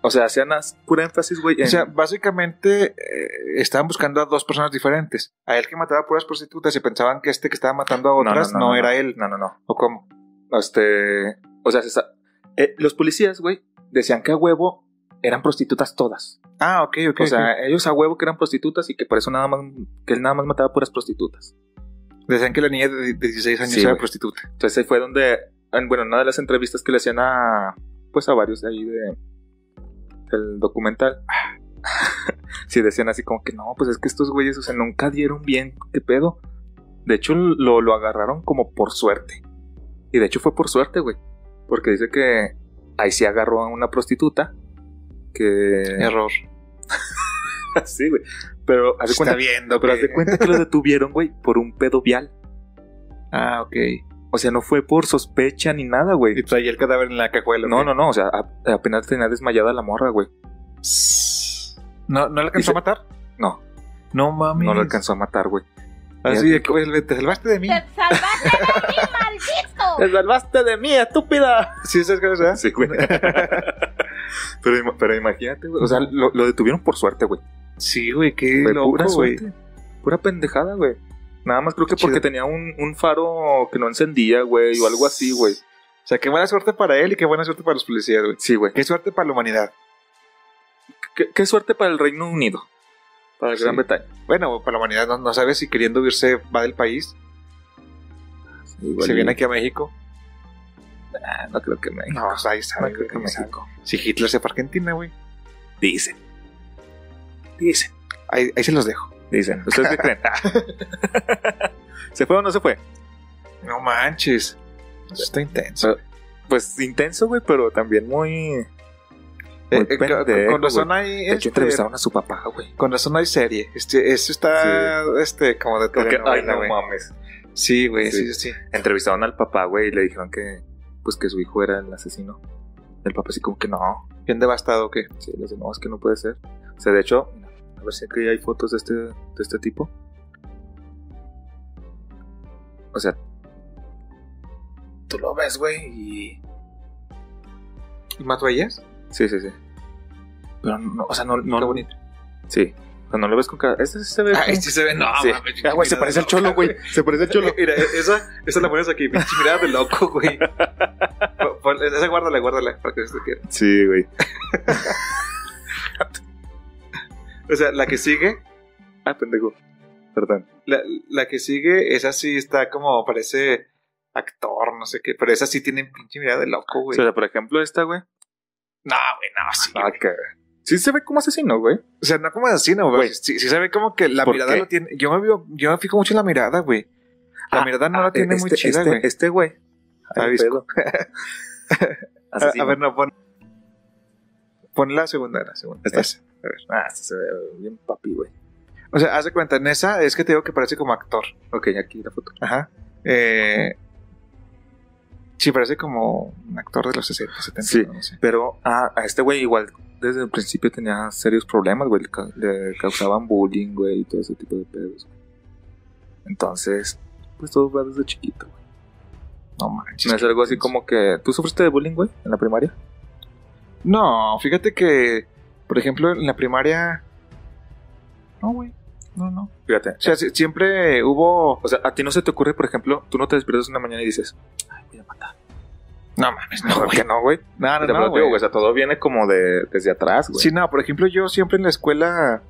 Speaker 2: O sea, hacían as- pura énfasis, güey. en-
Speaker 3: O sea, básicamente eh, estaban buscando a dos personas diferentes. A él que mataba a puras prostitutas y pensaban que este que estaba matando a
Speaker 2: no,
Speaker 3: otras no, era él.
Speaker 2: No, no, no.
Speaker 3: ¿O cómo?
Speaker 2: Este. O sea, se sa- eh, los policías, güey, decían que a huevo eran prostitutas todas.
Speaker 3: Ah, ok, ok.
Speaker 2: O sea, ellos a huevo que eran prostitutas y que por eso nada más. que él nada más mataba puras prostitutas.
Speaker 3: ok. decían que la niña de 16 años
Speaker 2: Sí,
Speaker 3: era pues,
Speaker 2: güey.
Speaker 3: prostituta.
Speaker 2: Entonces ahí fue donde, en- bueno, en una de las entrevistas que le hacían a, pues a varios de ahí de, del documental, sí decían así como que no, pues es que estos güeyes, o sea, nunca dieron bien, qué pedo. De hecho, lo, lo agarraron como por suerte. Y de hecho fue por suerte, güey. Porque dice que ahí sí agarró a una prostituta. Que...
Speaker 3: Error.
Speaker 2: Sí, güey. Pero haz de cuenta,
Speaker 3: viendo,
Speaker 2: pero haz de cuenta que lo detuvieron, güey, por un pedo vial.
Speaker 3: Ah, ok.
Speaker 2: O sea, no fue por sospecha ni nada, güey.
Speaker 3: Y traía el cadáver en la cajuela.
Speaker 2: No,
Speaker 3: ok.
Speaker 2: no, no, o sea, a- apenas tenía desmayada la morra, güey.
Speaker 3: ¿No, ¿No le alcanzó
Speaker 2: Dice-
Speaker 3: a matar?
Speaker 2: No,
Speaker 3: No mami.
Speaker 2: no lo alcanzó a matar, güey.
Speaker 3: Así de que, güey, te salvaste de mí.
Speaker 4: ¡Te salvaste de mí, maldito!
Speaker 2: salvaste de mí, estúpida!
Speaker 3: Sí, esas cosas, ¿verdad?
Speaker 2: Sí, güey. pero, ima- pero imagínate, güey. O sea, lo, lo detuvieron por suerte, güey.
Speaker 3: Sí, güey, qué
Speaker 2: Fue
Speaker 3: loco,
Speaker 2: pura
Speaker 3: güey.
Speaker 2: suerte. Pura pendejada, güey. Nada más creo que
Speaker 3: Qué chido.
Speaker 2: porque tenía un, un faro que no encendía, güey, o algo así, güey.
Speaker 3: O sea, qué buena suerte para él y qué buena suerte para los policías, güey.
Speaker 2: Sí, güey.
Speaker 3: Qué suerte para la humanidad.
Speaker 2: Qué, qué suerte para el Reino Unido. Para el
Speaker 3: Sí.
Speaker 2: Gran Bretaña.
Speaker 3: Bueno, para la humanidad no, no sabe si queriendo irse va del país,
Speaker 2: Igual
Speaker 3: se
Speaker 2: y-
Speaker 3: viene aquí a México.
Speaker 2: Ah, no creo que me.
Speaker 3: No, o sea, ahí
Speaker 2: no
Speaker 3: sabe,
Speaker 2: creo que
Speaker 3: ahí sabe.
Speaker 2: México.
Speaker 3: Si Hitler se fue a Argentina, güey.
Speaker 2: Dicen. Dicen.
Speaker 3: Ahí, ahí se los dejo.
Speaker 2: Dicen. ¿Ustedes qué creen? ¿Se fue o no se fue?
Speaker 3: No manches. Eso está intenso.
Speaker 2: Pues intenso, güey, pero también muy.
Speaker 3: Eh,
Speaker 2: muy
Speaker 3: eh, con-
Speaker 2: pendejo,
Speaker 3: con razón
Speaker 2: De
Speaker 3: hay.
Speaker 2: hecho,
Speaker 3: este,
Speaker 2: entrevistaron a su papá, güey.
Speaker 3: con razón hay serie. Este, esto está este, como de
Speaker 2: Porque, ay,
Speaker 3: telenovela,
Speaker 2: no
Speaker 3: güey.
Speaker 2: mames.
Speaker 3: Sí, güey, sí,
Speaker 2: Sí.
Speaker 3: sí. sí.
Speaker 2: Entrevistaron al papá, güey, y le dijeron que. Pues que su hijo era el asesino. El papá, así como que no.
Speaker 3: Bien devastado, ¿qué?
Speaker 2: Sí, le dice, no, es que no puede ser. O sea, de hecho, mira, a ver si aquí hay fotos de este, de este tipo. O sea. Tú lo ves, güey, y.
Speaker 3: ¿Y mató a ellas?
Speaker 2: Sí, sí, sí. Pero no, o sea, no, no
Speaker 3: Qué bonito.
Speaker 2: Sí. O sea, no lo ves con cara. Este sí se ve. como-
Speaker 3: se ve. No,
Speaker 2: Sí. Ah, güey, se parece al cholo, güey. Se parece al cholo.
Speaker 3: Mira, esa, esa la pones aquí, pinche mirada de loco, güey. Pon- pon- Esa guárdala, guárdala, para que se te quede.
Speaker 2: Sí, güey.
Speaker 3: O sea, la que sigue,
Speaker 2: Ah, pendejo. Perdón.
Speaker 3: la, la que sigue, esa sí está como, parece actor, no sé qué, pero esa sí tiene pinche mirada de loco, güey.
Speaker 2: Sí, o sea, por ejemplo, esta, güey.
Speaker 3: No, güey, no, sí.
Speaker 2: Ah, que. Sí se ve como asesino, güey.
Speaker 3: O sea, no como asesino, güey.
Speaker 2: Güey.
Speaker 3: Sí, sí se ve como que la
Speaker 2: ¿Por
Speaker 3: mirada
Speaker 2: qué?
Speaker 3: lo tiene. Yo me, veo- yo me fijo mucho en la mirada, güey. La
Speaker 2: Ah,
Speaker 3: mirada no la tiene muy
Speaker 2: Este-
Speaker 3: chida,
Speaker 2: este-
Speaker 3: güey.
Speaker 2: Este, güey.
Speaker 3: Ah,
Speaker 2: Ay,
Speaker 3: disco.
Speaker 2: pedo.
Speaker 3: A- a,
Speaker 2: Asesino.
Speaker 3: ver, no, pon. Pon la segunda, la segunda.
Speaker 2: Esta.
Speaker 3: Esa. A ver.
Speaker 2: Ah, sí se ve bien papi, güey.
Speaker 3: O sea, haz de cuenta, en esa es que te digo que parece como actor.
Speaker 2: Ok, aquí la foto.
Speaker 3: Ajá. Eh, sí, parece como un actor de los 60, 70.
Speaker 2: Sí.
Speaker 3: no sé.
Speaker 2: Pero ah, a este güey igual desde el principio tenía serios problemas, güey. Le, ca- le causaban bullying, güey, y todo ese tipo de pedos. güey. Entonces, pues todo va desde chiquito, güey.
Speaker 3: No manches.
Speaker 2: No es algo así como que... ¿Tú sufriste de bullying, güey, en la primaria?
Speaker 3: No, fíjate que, por ejemplo, en la primaria No, güey. No, no.
Speaker 2: Fíjate.
Speaker 3: O sea, si- siempre hubo.
Speaker 2: O sea, a ti no se te ocurre, por ejemplo, tú no te despiertas una mañana y dices, ay, voy a matar.
Speaker 3: No mames,
Speaker 2: No, güey, que no, güey.
Speaker 3: No,
Speaker 2: Te
Speaker 3: no,
Speaker 2: lo
Speaker 3: no.
Speaker 2: digo, güey,
Speaker 3: güey.
Speaker 2: O sea, todo viene como de desde atrás, güey.
Speaker 3: Sí, no, por ejemplo, yo siempre en la escuela.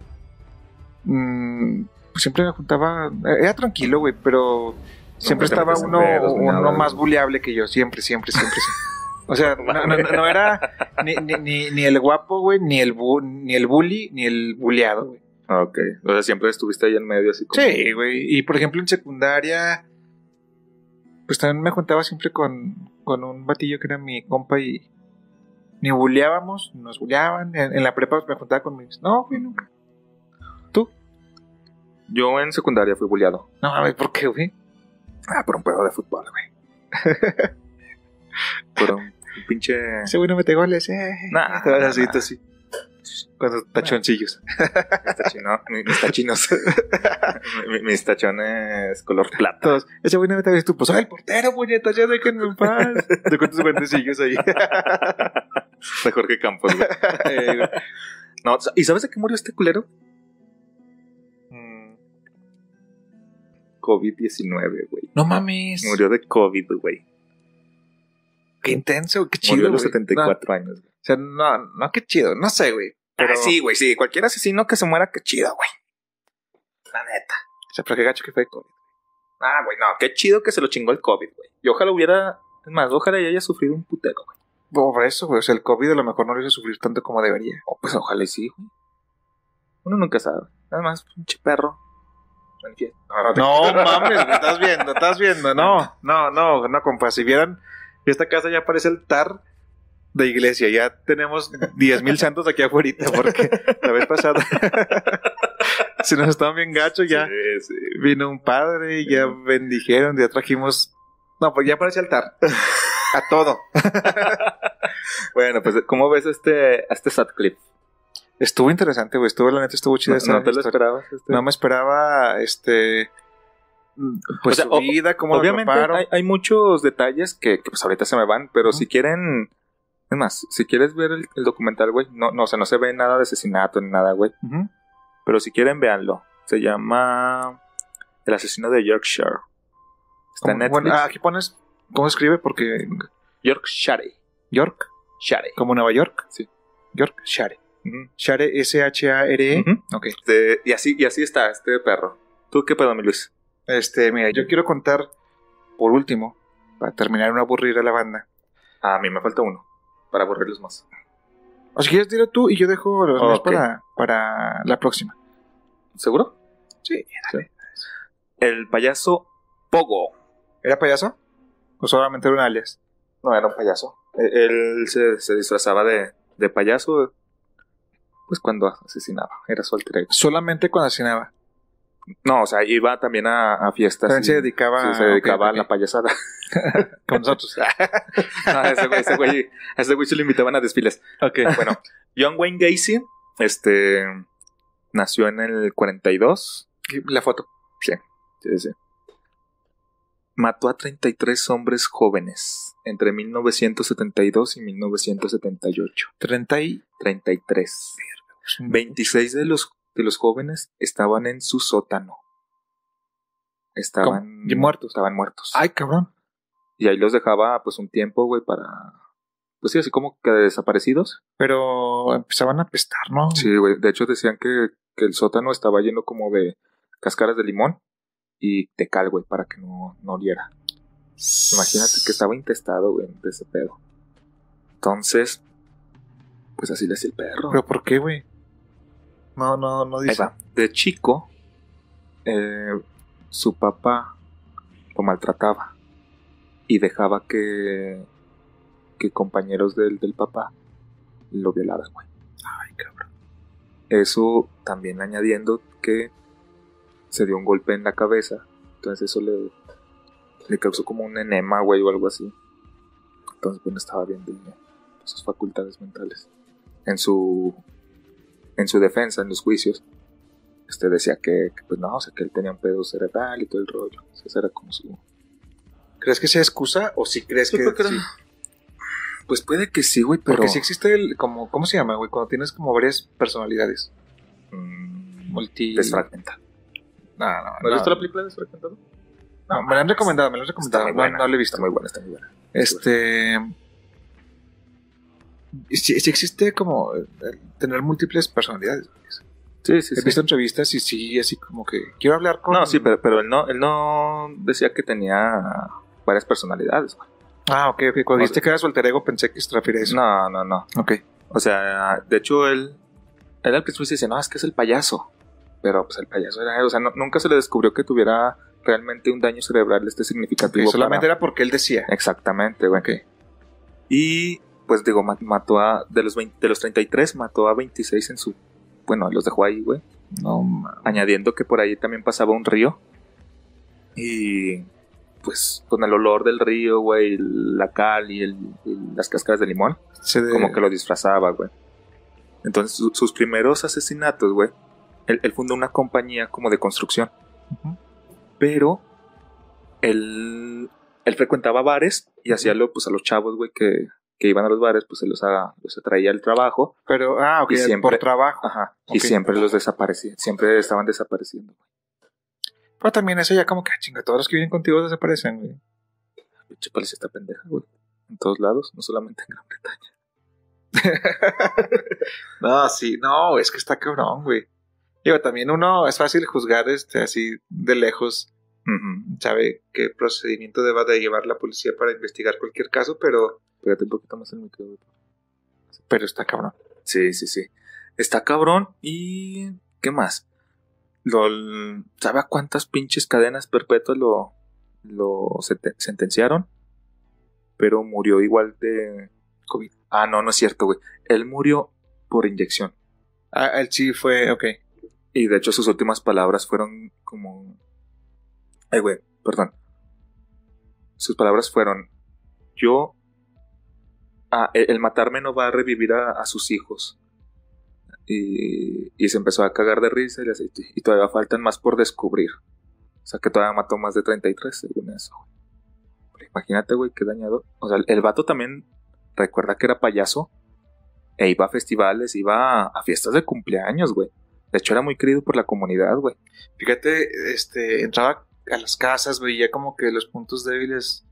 Speaker 3: mm, pues siempre me juntaba. eh, Era tranquilo, güey, pero. Siempre
Speaker 2: te
Speaker 3: estaba
Speaker 2: metes en
Speaker 3: uno,
Speaker 2: pedos ni
Speaker 3: uno
Speaker 2: nada,
Speaker 3: más
Speaker 2: güey.
Speaker 3: buleable que yo, siempre, siempre, siempre. siempre. O sea, no, no- no- no era ni, ni- ni- ni el guapo, güey, ni el, bu- ni el bully, ni el buleado, güey.
Speaker 2: Ok. O sea, siempre estuviste ahí en medio así como.
Speaker 3: Sí, güey. Y por ejemplo, en secundaria, pues también me juntaba siempre con, con un batillo que era mi compa y ni buleábamos, nos buleaban. En, en la prepa pues, me juntaba con mis. No, güey, nunca.
Speaker 2: Yo en secundaria fui bulleado.
Speaker 3: No mames, ¿por qué, güey?
Speaker 2: Ah, por un pedo de fútbol, güey. por un un pinche.
Speaker 3: Ese güey no mete goles, eh.
Speaker 2: Nah,
Speaker 3: Te vas
Speaker 2: nah,
Speaker 3: así,
Speaker 2: nah.
Speaker 3: tú así. Cuando tachoncillos.
Speaker 2: Mis tachino- mi- mis tachinos. Mi- mis tachones color plata.
Speaker 3: Todos, ese güey no mete goles. Tú, pues, ay, el portero, puñeta, ya déjenme en paz. Te cuento sus guantecillos ahí.
Speaker 2: De Jorge Campos, güey.
Speaker 3: Eh, güey.
Speaker 2: No, ¿y sabes de qué murió este culero?
Speaker 3: Mm,
Speaker 2: COVID-19, güey.
Speaker 3: no mames.
Speaker 2: Murió de COVID, güey.
Speaker 3: Qué intenso, qué chido.
Speaker 2: Murió a los
Speaker 3: güey.
Speaker 2: 74 años, güey.
Speaker 3: No, o sea, no, no, qué chido. No sé, güey.
Speaker 2: Ah, sí, güey, sí. Cualquier asesino que se muera, qué chido, güey. La neta.
Speaker 3: O sea, pero qué gacho que fue COVID.
Speaker 2: Ah, güey, no. Qué chido que se lo chingó el COVID, güey. Y ojalá hubiera... Es más, ojalá y haya sufrido un putero, güey.
Speaker 3: Por eso, güey. O sea, el COVID a lo mejor no lo hizo sufrir tanto como debería.
Speaker 2: Oh, pues ojalá y sí, güey. Uno nunca sabe. Nada más, pinche perro. Manifiesta.
Speaker 3: No mames, güey, estás viendo, estás viendo. No, no, no, no, compa. Si vieran, esta casa ya parece altar de iglesia. Ya tenemos 10.000 santos aquí afuera, porque la vez pasada, si nos estaban bien gachos, ya
Speaker 2: Sí, sí.
Speaker 3: vino un padre, ya bendijeron, ya trajimos. No, pues ya parece altar. A todo.
Speaker 2: Bueno, pues, ¿cómo ves este, este sad clip?
Speaker 3: Estuvo interesante, güey. Estuvo, la neta, estuvo
Speaker 2: ¿No,
Speaker 3: chida esta
Speaker 2: no te lo
Speaker 3: historia.
Speaker 2: esperabas? Este?
Speaker 3: No me esperaba, este.
Speaker 2: O
Speaker 3: Pues
Speaker 2: sea,
Speaker 3: su
Speaker 2: o-
Speaker 3: vida, cómo
Speaker 2: Obviamente
Speaker 3: lo atraparon.
Speaker 2: hay, hay muchos detalles que, que, pues ahorita se me van, pero si quieren, es más, si quieres ver el, el documental, güey, no, no, o sea, no se ve nada de asesinato ni nada, güey,
Speaker 3: Ujú.
Speaker 2: pero si quieren, véanlo. Se llama El asesino de Yorkshire. Está en
Speaker 3: Como-
Speaker 2: Netflix.
Speaker 3: bueno, ah, aquí pones. ¿Cómo escribe? Porque.
Speaker 2: Yorkshire.
Speaker 3: York,
Speaker 2: Shire.
Speaker 3: como Nueva York.
Speaker 2: Sí.
Speaker 3: York, Share. Share, S-H-A-R-E.
Speaker 2: Ujú.
Speaker 3: E. Ok.
Speaker 2: Este, y, así, y así está este perro. ¿Tú qué pedo, mi Luis?
Speaker 3: Este, mira, yo quiero contar, por último, para terminar de no aburrir a la banda.
Speaker 2: A mí me falta uno, para aburrirlos más.
Speaker 3: O si quieres, dilo tú y yo dejo los míos
Speaker 2: Ok.
Speaker 3: para, para la próxima.
Speaker 2: ¿Seguro?
Speaker 3: Sí,
Speaker 2: El payaso Pogo.
Speaker 3: ¿Era payaso? ¿O solamente era un alias?
Speaker 2: No, era un payaso. Eh, Él se, se disfrazaba de, de payaso pues cuando asesinaba, era su alter ego.
Speaker 3: Solamente cuando asesinaba.
Speaker 2: No, o sea, iba también a, a fiestas.
Speaker 3: También
Speaker 2: y-
Speaker 3: se dedicaba,
Speaker 2: sí, se dedicaba
Speaker 3: ok, ok,
Speaker 2: a la payasada.
Speaker 3: con nosotros.
Speaker 2: No, a ese güey, ese güey, a ese güey se lo invitaban a desfiles.
Speaker 3: ok.
Speaker 2: Bueno, John Wayne Gacy, este, nació en el 42.
Speaker 3: La foto.
Speaker 2: Sí, sí. Mató a 33 hombres jóvenes entre 1972 y 1978.
Speaker 3: 30 y...
Speaker 2: 33. 26 de los, de los jóvenes estaban en su sótano. Estaban
Speaker 3: ¿Y muertos?
Speaker 2: Estaban muertos.
Speaker 3: Ay, cabrón.
Speaker 2: Y ahí los dejaba pues un tiempo, güey, para... Pues sí, así como que desaparecidos.
Speaker 3: Pero empezaban a pestar, ¿no?
Speaker 2: Sí, güey. De hecho decían que, que el sótano estaba lleno como de cáscaras de limón y tecal, güey, para que no, no oliera. Imagínate que estaba intestado, güey, de ese pedo. Entonces, pues así le hacía el perro.
Speaker 3: ¿Pero por qué, güey? No, no, no
Speaker 2: Ahí
Speaker 3: dice.
Speaker 2: va. De chico, eh, su papá lo maltrataba y dejaba que, que compañeros del, del papá lo violaran, güey. Ay, cabrón. Eso también añadiendo que se dio un golpe en la cabeza, entonces eso le, le causó como un enema, güey, o algo así. Entonces, bueno, estaba bien de sus facultades mentales. En su, en su defensa, en los juicios, este decía que, que, pues no, o sea, que él tenía un pedo cerebral y todo el rollo. O sea, ese era como su...
Speaker 3: ¿Crees que sea excusa o si crees que sí?
Speaker 2: Pues puede que sí, güey, pero...
Speaker 3: Porque si existe el como ¿cómo se llama, güey? Cuando tienes como varias personalidades.
Speaker 2: Mm,
Speaker 5: Multi.
Speaker 2: Desfragmentado.
Speaker 3: No, no,
Speaker 5: ¿No has
Speaker 3: no.
Speaker 5: visto la película de Desfragmentado?
Speaker 3: No, me la han recomendado, me la han
Speaker 2: Está
Speaker 3: recomendado.
Speaker 2: muy
Speaker 3: No,
Speaker 2: buena.
Speaker 3: no la he visto.
Speaker 2: Está muy buena, está muy buena.
Speaker 3: Este. Si, si existe como el- el tener múltiples personalidades.
Speaker 2: Sí, sí,
Speaker 3: He visto entrevistas y sí, así como que quiero hablar con.
Speaker 2: No, sí, pero, pero él, no, él no decía que tenía varias personalidades. güey.
Speaker 3: Ah, ok, ok. Cuando dijiste que era su alter ego, pensé que se refería a eso.
Speaker 2: No, no, no.
Speaker 3: Ok.
Speaker 2: O sea, de hecho, él, él al principio se dice, no, es que es el payaso. Pero pues el payaso era él. O sea, no- nunca se le descubrió que tuviera realmente un daño cerebral este significativo.
Speaker 3: Ok, solamente
Speaker 2: para-
Speaker 3: era porque él decía.
Speaker 2: Exactamente, güey. Y pues digo, ma- mató a. De los, 20 de los 33, mató a 26 en su. Bueno, los dejó ahí, güey.
Speaker 3: No, ma-
Speaker 2: Añadiendo que por ahí también pasaba un río. Y. Pues con el olor del río, güey, la cal y, el- y las cáscaras de limón,
Speaker 3: se de-
Speaker 2: como que lo disfrazaba, güey. Entonces, su- sus primeros asesinatos, güey. Él, él fundó una compañía como de construcción.
Speaker 3: Ujú.
Speaker 2: Pero él, él frecuentaba bares y hacía lo, pues, a los chavos, güey, que, que iban a los bares, pues se los, haga- los atraía al trabajo.
Speaker 3: Pero, ah, ok,
Speaker 2: Y siempre-
Speaker 3: por trabajo.
Speaker 2: Ajá. Y
Speaker 3: Ok.
Speaker 2: siempre los desaparecían, siempre estaban desapareciendo.
Speaker 3: Pero también eso ya como que, "Ah, chinga, todos los que vienen contigo desaparecen, güey.
Speaker 2: Pinche policía está pendeja, güey. En todos lados, no solamente en Gran Bretaña.
Speaker 3: No, sí, no, es que está cabrón, güey. Digo, también uno es fácil juzgar este así de lejos, sabe qué procedimiento deba de llevar la policía para investigar cualquier caso, pero,
Speaker 2: Pégate un poquito más el micrófono.
Speaker 3: pero está cabrón.
Speaker 2: Sí, sí, sí. Está cabrón y... ¿Qué más? LOL, ¿Sabe a cuántas pinches cadenas perpetuas lo, lo sete- sentenciaron? Pero murió igual de COVID. Ah, no, no es cierto, güey. Él murió por inyección.
Speaker 3: Ah, él sí fue, ok.
Speaker 2: Y de hecho sus últimas palabras fueron como... Ay, güey, perdón. Sus palabras fueron, yo... Ah, el, el matarme no va a revivir a, a sus hijos. Y, y se empezó a cagar de risa y, le hace- y todavía faltan más por descubrir. O sea que todavía mató más de 33 según eso. Pero imagínate, güey, qué dañado. O sea, el, el vato también recuerda que era payaso. E iba a festivales, iba a- a fiestas de cumpleaños, güey. De hecho, era muy querido por la comunidad, güey.
Speaker 3: Fíjate, este, entraba a las casas, veía como que los puntos débiles,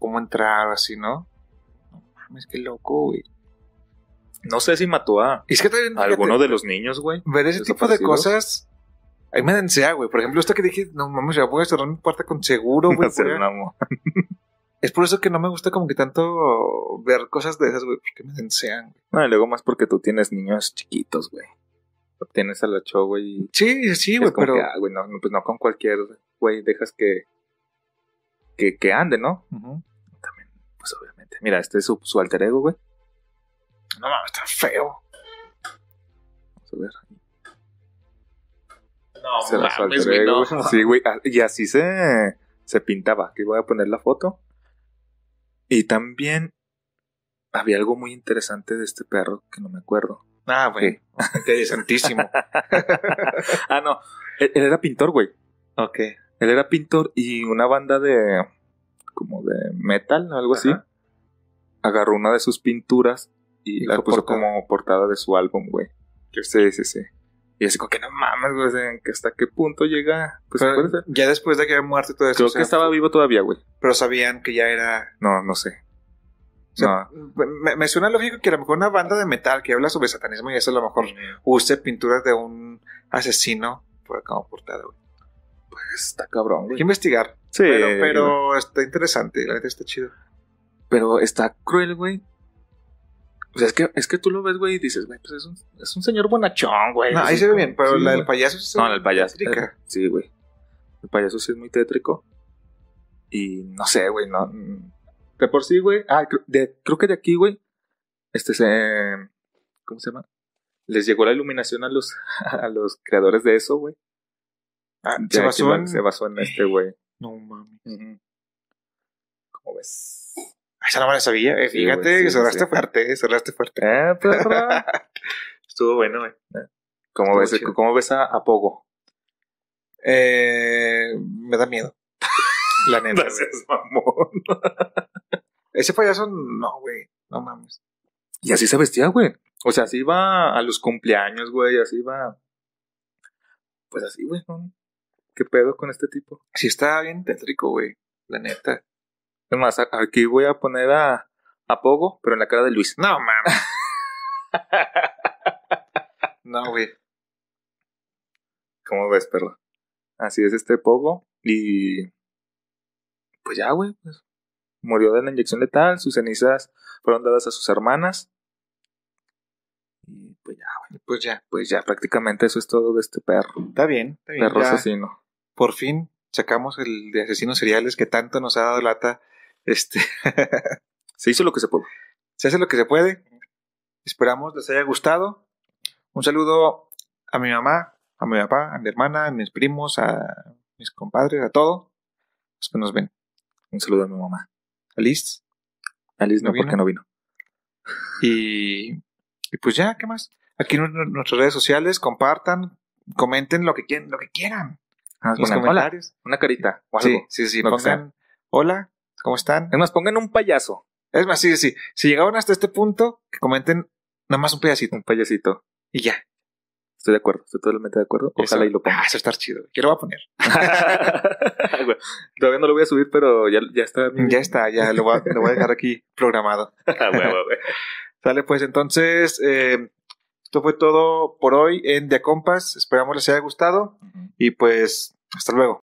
Speaker 3: cómo entrar, así, ¿no? No mames, qué loco, güey.
Speaker 2: No sé si mató a
Speaker 3: Y es que también,
Speaker 2: a
Speaker 3: fíjate,
Speaker 2: alguno de los niños, güey.
Speaker 3: ver ese tipo de
Speaker 2: desaparecidos.
Speaker 3: cosas, ahí me da ansiedad, güey. Por ejemplo, esto que dije, no mames, ya voy a cerrar mi puerta con seguro, güey.
Speaker 2: No sé,
Speaker 3: voy a-
Speaker 2: mamá.
Speaker 3: Es por eso que no me gusta como que tanto ver cosas de esas, güey, porque me densean. güey.
Speaker 2: No, y luego más porque tú tienes niños chiquitos, güey. Tienes a la show, güey. y
Speaker 3: Sí, sí,
Speaker 2: es
Speaker 3: güey,
Speaker 2: como
Speaker 3: pero...
Speaker 2: que, ah, güey, no, no, pues no con cualquier, güey, dejas que, que, que ande, ¿no?
Speaker 3: Ujú.
Speaker 2: Pues obviamente. Mira, este es su, su alter ego, güey.
Speaker 3: No mames, está feo.
Speaker 2: Vamos a ver.
Speaker 5: No,
Speaker 2: Será su alter ego, güey. Sí, güey. a- Y así se, se pintaba. Aquí voy a poner la foto. Y también había algo muy interesante de este perro que no me acuerdo.
Speaker 3: Ah, güey, interesantísimo.
Speaker 2: Ah, no. Él, él era pintor, güey.
Speaker 3: ok.
Speaker 2: Él era pintor y una banda de. como de metal o algo así.
Speaker 3: Ajá.
Speaker 2: Agarró una de sus pinturas y
Speaker 3: Y
Speaker 2: la
Speaker 3: fue
Speaker 2: puso
Speaker 3: portada.
Speaker 2: como portada de su álbum, güey. Sí, sí, sí. Y así como que no mames, güey. o sea, ¿en que ¿Hasta qué punto llega? Pues
Speaker 3: Pero
Speaker 2: puede ser.
Speaker 3: ya después de que había muerto y todo eso.
Speaker 2: Creo
Speaker 3: o sea,
Speaker 2: que estaba vivo todavía, güey.
Speaker 3: Pero sabían que ya era.
Speaker 2: No, no sé.
Speaker 3: o sea,
Speaker 2: No.
Speaker 3: me, me suena lógico que a lo mejor una banda de metal que habla sobre satanismo y eso a lo mejor use pinturas de un asesino por como portada, güey.
Speaker 2: Está cabrón,
Speaker 3: Hay
Speaker 2: güey.
Speaker 3: que investigar.
Speaker 2: Sí,
Speaker 3: pero pero está interesante, la neta está chido.
Speaker 2: pero está cruel, güey. O sea, es que, es que tú lo ves, güey, y dices, güey, pues es un, es un señor bonachón, güey.
Speaker 3: No, Ah, ahí
Speaker 2: Así
Speaker 3: se ve
Speaker 2: como-
Speaker 3: bien, pero
Speaker 2: Sí,
Speaker 3: la
Speaker 2: güey.
Speaker 3: del payaso sí se
Speaker 2: No,
Speaker 3: ve
Speaker 2: el payaso.
Speaker 3: tétrica.
Speaker 2: eh, sí, güey. El payaso sí es muy tétrico. Y no sé, güey, no. mm, De por sí, güey. Ah, cre- de- creo que de aquí, güey. Este se. ¿Cómo se llama? Les llegó la iluminación a los, a los creadores de eso, güey.
Speaker 3: Ah,
Speaker 2: Ya
Speaker 3: se
Speaker 2: que
Speaker 3: basó
Speaker 2: lo-
Speaker 3: en.
Speaker 2: se basó en este, güey.
Speaker 3: No mames.
Speaker 2: Ujú. ¿Cómo ves?
Speaker 3: Ah, Esa no me la sabía. eh,
Speaker 2: Sí,
Speaker 3: fíjate,
Speaker 2: güey, sí,
Speaker 3: cerraste
Speaker 2: sí.
Speaker 3: fuerte, eh, cerraste fuerte.
Speaker 2: ¿Eh, perra?
Speaker 3: Estuvo bueno, güey.
Speaker 2: ¿Cómo
Speaker 3: Estuvo
Speaker 2: ves,
Speaker 3: chido.
Speaker 2: ¿cómo ves a, a Pogo?
Speaker 3: Eh, me da miedo. La neta. güey.
Speaker 2: mamón.
Speaker 3: Ese payaso, no, güey. No mames.
Speaker 2: Y así se vestía, güey. O sea, así iba a los cumpleaños, güey. Así iba pues así, güey, ¿no? ¿Qué pedo con este tipo?
Speaker 3: Sí, está bien tétrico, güey. La neta.
Speaker 2: Es más, a- aquí voy a poner a, a Pogo, pero en la cara de Luis.
Speaker 3: No mames. no, güey.
Speaker 2: ¿Cómo ves, perro? Así es este Pogo. Y. Pues ya, güey. pues, murió de la inyección letal. Sus cenizas fueron dadas a sus hermanas. Y pues ya,
Speaker 3: Pues ya.
Speaker 2: pues ya, prácticamente eso es todo de este perro.
Speaker 3: Está bien. Está bien.
Speaker 2: Perro
Speaker 3: ya.
Speaker 2: asesino.
Speaker 3: Por fin sacamos el de asesinos seriales que tanto nos ha dado lata. Este,
Speaker 2: Se hizo lo que se pudo.
Speaker 3: se hace lo que se puede. Esperamos les haya gustado. Un saludo a mi mamá, a mi papá, a mi hermana, a mis primos, a mis compadres, a todos los que nos ven.
Speaker 2: Un saludo a mi mamá.
Speaker 3: Alice.
Speaker 2: Alice no,
Speaker 3: ¿No vino?
Speaker 2: porque no vino.
Speaker 3: Y, y pues ya, ¿qué más? Aquí en nu- nuestras redes sociales, compartan, comenten lo que quieran, lo que quieran.
Speaker 2: Ah,
Speaker 3: en los
Speaker 2: pongan, hola,
Speaker 3: comentarios.
Speaker 2: una carita o algo.
Speaker 3: Sí, sí, sí,
Speaker 2: lo que
Speaker 3: pongan, hola, ¿cómo están?
Speaker 2: Es más, pongan un payaso.
Speaker 3: Es más, sí, sí. Si llegaron hasta este punto, que comenten nada más un pedacito
Speaker 2: Un payasito.
Speaker 3: y ya.
Speaker 2: Estoy de acuerdo, estoy totalmente de acuerdo. Ojalá
Speaker 3: Eso.
Speaker 2: y lo
Speaker 3: Ah,
Speaker 2: pongas.
Speaker 3: eso está chido. Yo lo voy a poner.
Speaker 2: Güey, Todavía no lo voy a subir, pero ya, ya está. mi-
Speaker 3: Mm, Ya está, ya lo voy a, lo voy a dejar aquí programado.
Speaker 2: Ah, güey, güey, güey.
Speaker 3: Sale, pues entonces, eh, esto fue todo por hoy en De Compas. Esperamos les haya gustado y pues hasta luego.